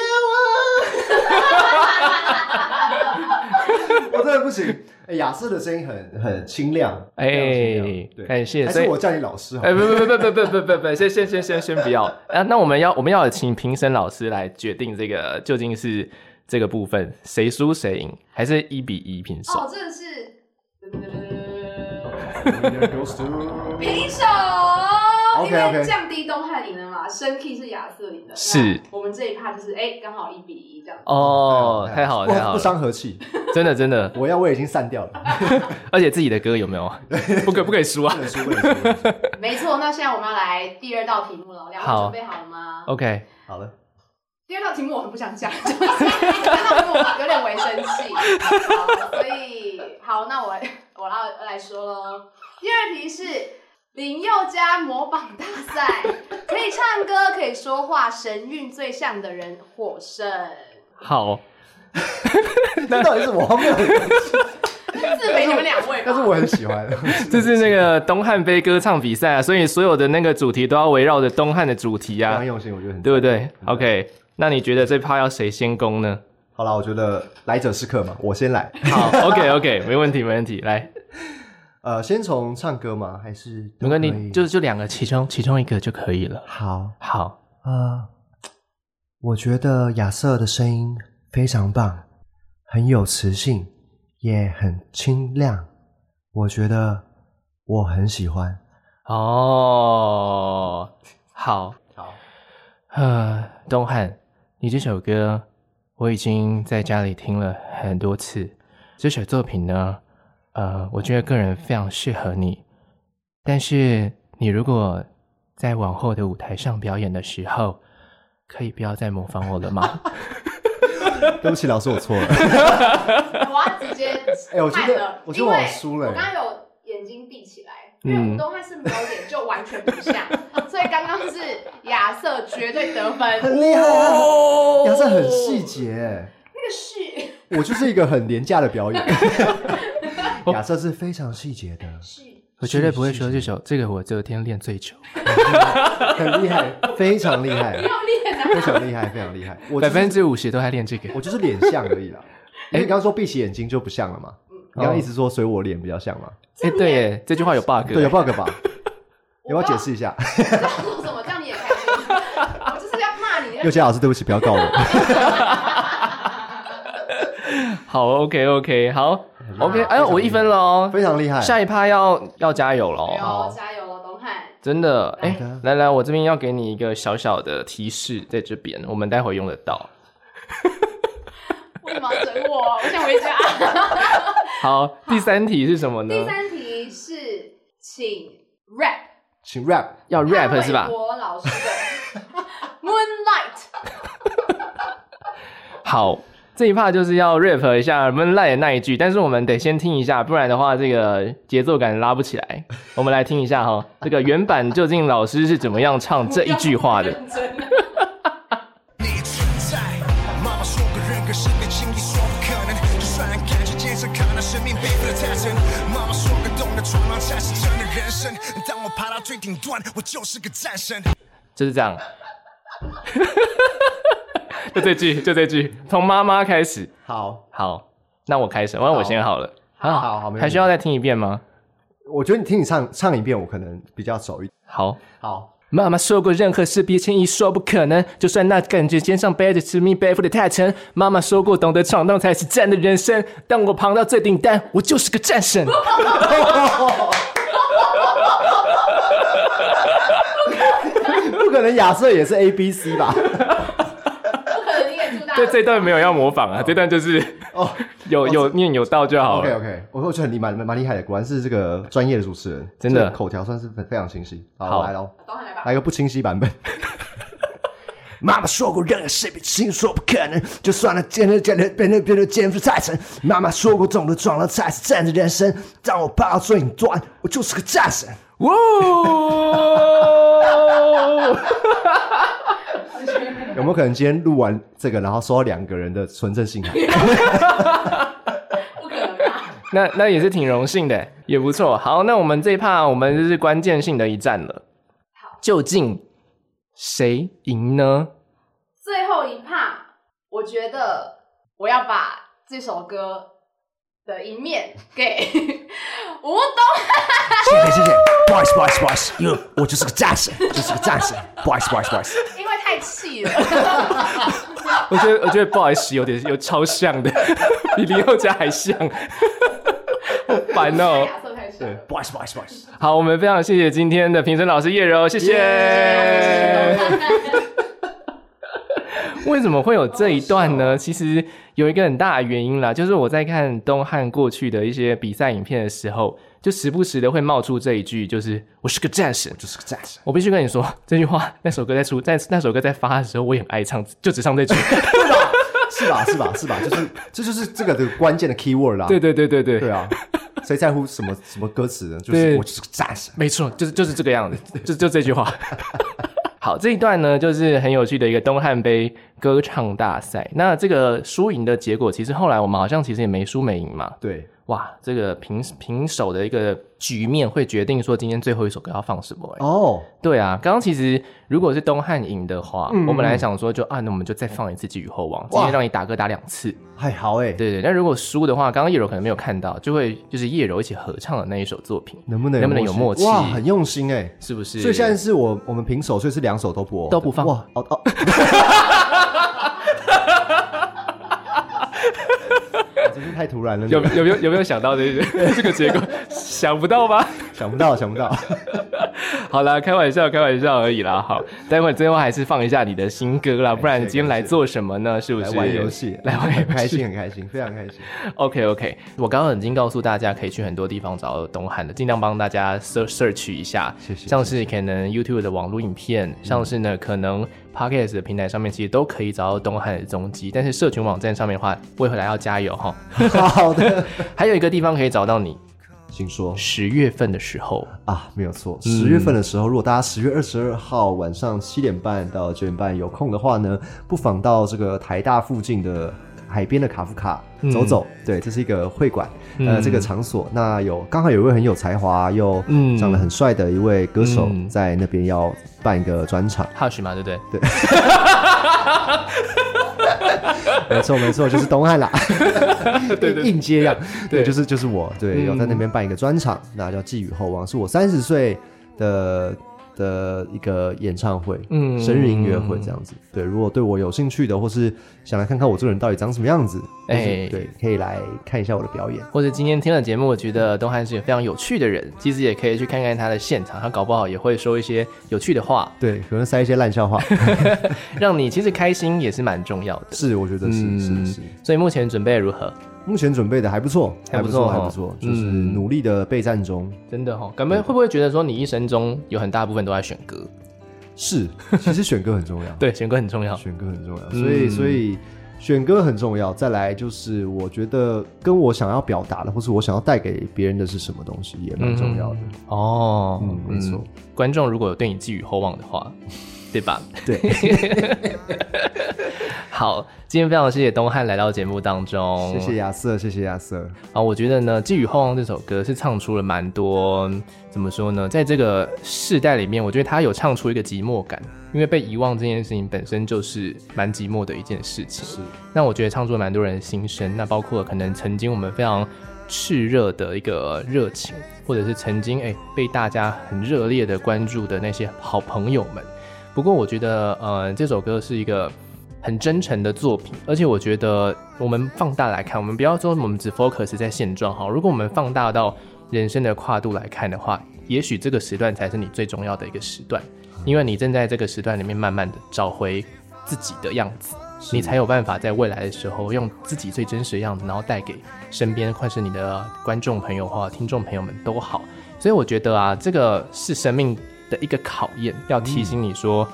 Speaker 2: 忘。我真的不行，哎，雅瑟的声音很很清亮，非常清
Speaker 1: 哎
Speaker 2: 亮，对，
Speaker 1: 感谢，
Speaker 2: 还
Speaker 1: 所以
Speaker 2: 是我叫你老师好
Speaker 1: 哎，
Speaker 2: 了。
Speaker 1: 不不不不不不不不，先先先先先不要 啊！那我们要我们要请评审老师来决定这个究竟是这个部分谁输谁赢，还是一比一平手？
Speaker 3: 哦，这个是
Speaker 2: Winner goes to-
Speaker 3: 平手。因
Speaker 2: OK，OK
Speaker 3: 为降低东汉赢了嘛，升 key 是亚瑟赢的。
Speaker 1: 是，
Speaker 3: 我们这一趴就是哎，刚好一比一这样。
Speaker 2: 哎
Speaker 1: 哦，太好了太好
Speaker 2: 不
Speaker 1: 了，
Speaker 2: 伤和气。
Speaker 1: 真的真的，
Speaker 2: 我要我已经散掉 了，
Speaker 1: 而且自己的歌有没有？ 不可不可以输
Speaker 2: 不
Speaker 1: 啊
Speaker 2: 能输，不能输不能输。
Speaker 3: 没错，那现在我们要来第二道题目了，两位
Speaker 1: 好
Speaker 3: 准备好了吗？
Speaker 1: ！OK，
Speaker 2: 好了，
Speaker 3: 第二道题目我很不想讲，就是 看到题目我有点微生气，好所以好，那我我要来说喽。第二题是林宥嘉模仿大赛，可以唱歌，可以说话，神韵最像的人获 胜。
Speaker 1: 好，
Speaker 2: 这到底是我荒谬的东西？
Speaker 3: 自肥你们两位吧
Speaker 2: 但是我很喜欢。
Speaker 1: 这 是那个东汉杯歌唱比赛啊，所以所有的那个主题都要围绕着东汉的主题
Speaker 2: 非
Speaker 1: 啊
Speaker 2: 常，用心，我觉得很
Speaker 1: 对不对？OK，那你觉得这趴要谁先攻 呢？
Speaker 2: 好啦，我觉得来者是客嘛，我先来。
Speaker 1: 好，OK OK，没问题没问题，来。
Speaker 2: 呃，先从唱歌吗？还是
Speaker 1: 没关
Speaker 2: 都可以
Speaker 1: 系，就就两个，其中其中一个就可以了。
Speaker 2: 好
Speaker 1: 好，
Speaker 2: 呃，我觉得亚瑟的声音非常棒，很有磁性，也很清亮，我觉得我很喜 欢。
Speaker 1: 哦，好，
Speaker 2: 好，
Speaker 1: 呃，东汉，你这首歌我已经在家里听了很多次。这首作品呢，呃，我觉得个人非常适合你。但是你如果在往后的舞台上表演的时候，可以不要再模仿我了 吗？
Speaker 2: 对不起，老师，我错了。
Speaker 3: 我要直接
Speaker 2: 哎我觉
Speaker 3: 判
Speaker 2: 得
Speaker 3: 了，
Speaker 2: 我觉
Speaker 3: 因
Speaker 2: 得
Speaker 3: 为
Speaker 2: 我输了欸
Speaker 3: 我刚刚有眼睛闭起来，因为
Speaker 1: 嗯
Speaker 3: 吴东汉是没有脸，就完全不像，所以刚刚是亚瑟绝对得分。
Speaker 2: 很厉害啊
Speaker 1: 哦
Speaker 2: 亚瑟很细。节，
Speaker 3: 那个是
Speaker 2: 我就是一个很廉价的 表演。亚瑟是非常细节的，
Speaker 3: 是
Speaker 1: 我绝对不会说这首，这个我昨天练最久。
Speaker 2: 很厉害，非常厉害，
Speaker 3: 要练啊。
Speaker 2: 非 常厉害，非常厉害。我
Speaker 1: 百
Speaker 2: 就是
Speaker 1: 分之五十都在练这个。
Speaker 2: 我就是脸像而已 啦。哎，你刚刚说闭起眼睛就不像了嘛？
Speaker 1: 哦
Speaker 2: 你刚刚一直说随我脸比较像嘛？
Speaker 1: 哎、对耶，这句话有 bug 耶。
Speaker 2: 对，有 bug 吧？
Speaker 3: 我
Speaker 2: 要不要解释一下？
Speaker 3: 知道做什么，这样你也开心。我就是要骂你，
Speaker 2: 佑佳老师，对不起，不要 告我。
Speaker 1: 好，OK OK，好，OK，哎呦，我一分了哦。
Speaker 2: 非常厉害，
Speaker 1: 下一趴要要加油喽，
Speaker 3: 加油加油，哦东汉。
Speaker 1: 真的。哎、
Speaker 2: 好的
Speaker 1: 来来，我这边要给你一个小小的提示，在这边我们待会用得到。
Speaker 3: 为什么要整我？我想回家。
Speaker 1: 好，第三题是什么呢？
Speaker 3: 第三题是请 rap
Speaker 2: 请 rap
Speaker 1: 要 rap 是吧
Speaker 3: 潘玮？柏老师的 Moonlight，
Speaker 1: 好，这一 part 就是要 rap 一下 Moonlight 的那一句，但是我们得先听一下，不然的话这个节奏感拉不起来。我们来听一下哈，这个原版究竟老师是怎么样唱这一句话的？
Speaker 3: 认真啊的。
Speaker 4: 你存在。妈妈说，个人跟生命经历说不可能，就算能感觉坚持，可能生命背负的太沉。妈妈说，个懂得闯荡才是真的人生。当我爬到最顶端，我就是个战神。
Speaker 1: 就是这样， 就这句，就这句，从妈妈开始。
Speaker 2: 好，
Speaker 1: 好，那我开始，那我先好了。啊
Speaker 2: 好好好没问题
Speaker 1: 还需要再听一遍吗？
Speaker 2: 我觉得你听你唱唱一遍，我可能比较熟一点。
Speaker 1: 好。
Speaker 2: 好，
Speaker 1: 妈妈说过，任何事别轻易说不可能。就算那感觉肩上背着使命背负的太沉。妈妈说过，懂得闯荡才是真的人生。当我爬到最顶端，我就是个战 神。
Speaker 2: 不可能亚瑟也是 A B C 吧？
Speaker 3: 不可能，你也祝大家
Speaker 1: 对这段没有要模仿啊，这段就是
Speaker 2: 哦
Speaker 1: 有有念有道就好
Speaker 2: OK
Speaker 1: 了。
Speaker 2: OK，我我觉得你蛮蛮厉害的，果然是这个专业的主持人，
Speaker 1: 真的
Speaker 2: 这个口条算是非非常清晰。好，
Speaker 1: 好
Speaker 2: 来喽，
Speaker 3: 都很来吧。
Speaker 1: 哎
Speaker 2: 来个不清晰版本。 妈妈说过，任何事比轻说不可能，就算了，坚持坚持，变得变得肩负太沉。妈妈说过，懂得闯了才是真的人生。当我爬到最顶端，我就是个战神。
Speaker 1: 哇、
Speaker 2: 有没有可能今天录完这个，然后收到两个人的纯正信函？
Speaker 3: 不可能吧？
Speaker 1: 那那也是挺荣幸的，也不错。好，那我们这一趴，我们就是关键性的一战了。究竟谁赢呢？
Speaker 3: 最后一趴，我觉得我要把这首歌的一面 给吴东
Speaker 2: 谢谢谢谢，不好意思不好意思不好意思，因为我就是个战神，就是个战神，不好意思不好意思不好意思。
Speaker 3: 汉，因为太气了。
Speaker 1: 我觉得，我觉得不好意思，有点有超像的， 比林宥嘉还像，好烦 哦。
Speaker 3: 亚瑟太帅了。
Speaker 2: 不好意思，不好意思，不好意思。
Speaker 1: 好，我们非常谢谢今天的评审老师叶柔，谢谢。哎为什么会有这一段呢？其实有一个很大的原因啦，就是我在看东汉过去的一些比赛影片的时候，就时不时的会冒出这一句，就是“我是个战神”，
Speaker 2: 就是个战神。
Speaker 1: 我必须跟你说这句话。那首歌在出在那首歌在发的时候，我也很爱唱，就只唱这句。
Speaker 2: 是吧？是吧？是吧？就是这就是这个的关键的 key word 啦。
Speaker 1: 对对对对对，
Speaker 2: 对啊，谁在乎什么什么歌词呢？就是
Speaker 1: 对
Speaker 2: 我就是个战神。
Speaker 1: 没错，就是就是这个样子，就就这句话。 好，这一段呢，就是很有趣的一个东汉杯歌唱大赛。那这个输赢的结果，其实后来我们好像其实也没输没赢嘛。
Speaker 2: 对，
Speaker 1: 哇，这个平平手的一个局面会决定说今天最后一首歌要放什么、欸。
Speaker 2: 哦，
Speaker 1: 对啊，刚刚其实如果是东汉赢的话，我本来想说就啊，那我们就再放一次《寄予厚望》，今
Speaker 2: 嗯哇
Speaker 1: 天让你打歌打两次。
Speaker 2: 还好哎，
Speaker 1: 对对，但如果输的话，刚刚叶柔可能没有看到，就会就是叶柔一起合唱的那一首作品，
Speaker 2: 能不能
Speaker 1: 能不能有默契？
Speaker 2: 哇，很用心哎。
Speaker 1: 是不是？
Speaker 2: 所以现在是我我们平手，所以是两首都播
Speaker 1: 都不放
Speaker 2: 哇哦 哦，啊真是太突然了，
Speaker 1: 有有没有有没有想到这个 这个结果？想不到吧？
Speaker 2: 想不到想不到。
Speaker 1: 好啦，开玩笑，开玩笑而已啦。好，待会儿最后还是放一下你的新歌
Speaker 2: 哎
Speaker 1: 啦，不然今天来做什么呢？是不
Speaker 2: 来
Speaker 1: 是？
Speaker 2: 玩游戏，
Speaker 1: 来玩
Speaker 2: 很
Speaker 1: 游
Speaker 2: 开
Speaker 1: 戏。
Speaker 2: 心很开心，非常开心。
Speaker 1: OK OK，我刚刚已经告诉大家可以去很多地方找东汉的，尽量帮大家 search search 一下，
Speaker 2: 谢嗯谢
Speaker 1: 像是可能 YouTube 的网络影片，像是呢可能 Podcast 的平台上面，其实都可以找到东汉的踪迹。但是社群网站上面的话，未来要加油 哈。
Speaker 2: 好的，
Speaker 1: 还有一个地方可以找到你，
Speaker 2: 请说。
Speaker 1: 十月份的时候，
Speaker 2: 啊，没有错。十月份的时候，如果大家十月二十二号晚上七点半到九点半有空的话呢，不妨到这个台大附近的海边的卡夫卡走走。对，这是一个会馆，呃，这个场所。那有刚好有一位很有才华又
Speaker 1: 嗯
Speaker 2: 长得很帅的一位歌手
Speaker 1: 嗯
Speaker 2: 在那边要办一个专场。
Speaker 1: 哈许嘛，对不对？
Speaker 2: 没错，没错，就是东汉啦， 对对，应接样，对，嗯就是就是我，对，有在那边办一个专场，那叫《寄予厚望》，是我三十岁的的一个演唱会，嗯，
Speaker 1: 嗯
Speaker 2: 生日音乐会这样子。对，如果对我有兴趣的，或是想来看看我这个人到底长什么样子，
Speaker 1: 哎
Speaker 2: 哎，对，可以来看一下我的表演。
Speaker 1: 或者今天听了节目，我觉得东汉是一个非常有趣的人，其实也可以去看看他的现场，他搞不好也会说一些有趣的话，
Speaker 2: 对，可能塞一些烂笑话，
Speaker 1: 让你其实开心也是蛮重要的。
Speaker 2: 是，我觉得是是是。
Speaker 1: 所以目前准备如何？
Speaker 2: 目前准备的还不错，
Speaker 1: 还不
Speaker 2: 不
Speaker 1: 错
Speaker 2: 错，
Speaker 1: 哦
Speaker 2: 还不错，就是
Speaker 1: 嗯
Speaker 2: 努力的备战中。
Speaker 1: 真的哦，感觉会不会觉得说你一生中有很大部分都在选歌？
Speaker 2: 是，其实选歌很重要，
Speaker 1: 对，选歌很重要。
Speaker 2: 选歌很重要，
Speaker 1: 嗯
Speaker 2: 所以所以选歌很重要。再来就是，我觉得跟我想要表达的，或是我想要带给别人的是什么东西，也蛮重要的。
Speaker 1: 哦，
Speaker 2: 嗯没错
Speaker 1: 观众如果有对你寄予厚望的话，对吧？
Speaker 2: 对，
Speaker 1: 好，今天非常谢谢东汉来到节目当中，
Speaker 2: 谢谢。亚瑟，谢谢亚瑟。
Speaker 1: 啊，我觉得呢，《寄予厚望》这首歌是唱出了蛮多，怎么说呢，在这个世代里面，我觉得他有唱出一个寂寞感，因为被遗忘这件事情本身就是蛮寂寞的一件事情。
Speaker 2: 是，
Speaker 1: 那我觉得唱出了蛮多人的心声，那包括可能曾经我们非常炽热的一个热情，或者是曾经哎被大家很热烈的关注的那些好朋友们。不过我觉得，呃，这首歌是一个很真诚的作品，而且我觉得我们放大来看，我们不要说我们只 focus 在现状哈，如果我们放大到人生的跨度来看的话，也许这个时段才是你最重要的一个时段，因为你正在这个时段里面慢慢的找回自己的样子。你才有办法在未来的时候用自己最真实的样子，然后带给身边或是你的观众朋友或听众朋友们都好。所以我觉得啊，这个是生命的一个考验，要提醒你说，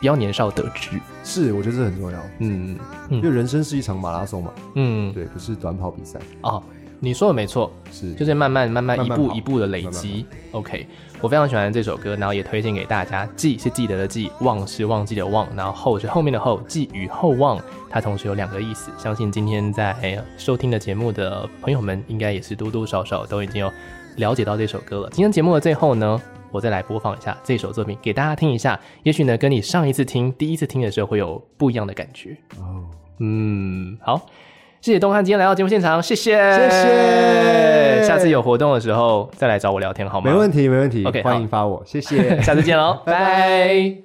Speaker 1: 不要年少得志。
Speaker 2: 是，我觉得这很重要，
Speaker 1: 嗯
Speaker 2: 因为人生是一场马拉松嘛，
Speaker 1: 嗯，
Speaker 2: 对，不是短跑比赛，
Speaker 1: 哦，你说的没错，
Speaker 2: 是
Speaker 1: 就是慢慢慢慢
Speaker 2: 慢
Speaker 1: 一
Speaker 2: 慢
Speaker 1: 步
Speaker 2: 跑
Speaker 1: 一步的累积。OK，我非常喜欢这首歌，然后也推荐给大家。记是记得的记，忘是忘记的忘，然后后是后面的后，寄予厚望，它同时有两个意思。相信今天在呃收听的节目的朋友们，应该也是多多少少都已经有了解到这首歌了。今天节目的最后呢？我再来播放一下这首作品给大家听一下，也许呢跟你上一次听、第一次听的时候会有不一样的感觉。
Speaker 2: 哦，
Speaker 1: 嗯，好，谢谢东汉今天来到节目现场，谢谢，
Speaker 2: 谢谢
Speaker 1: 下次有活动的时候再来找我聊天好吗？
Speaker 2: 没问
Speaker 1: 题，
Speaker 2: 题，没问题
Speaker 1: OK，
Speaker 2: 欢
Speaker 1: 好
Speaker 2: 迎发我，谢谢。
Speaker 1: 下次见喽，拜拜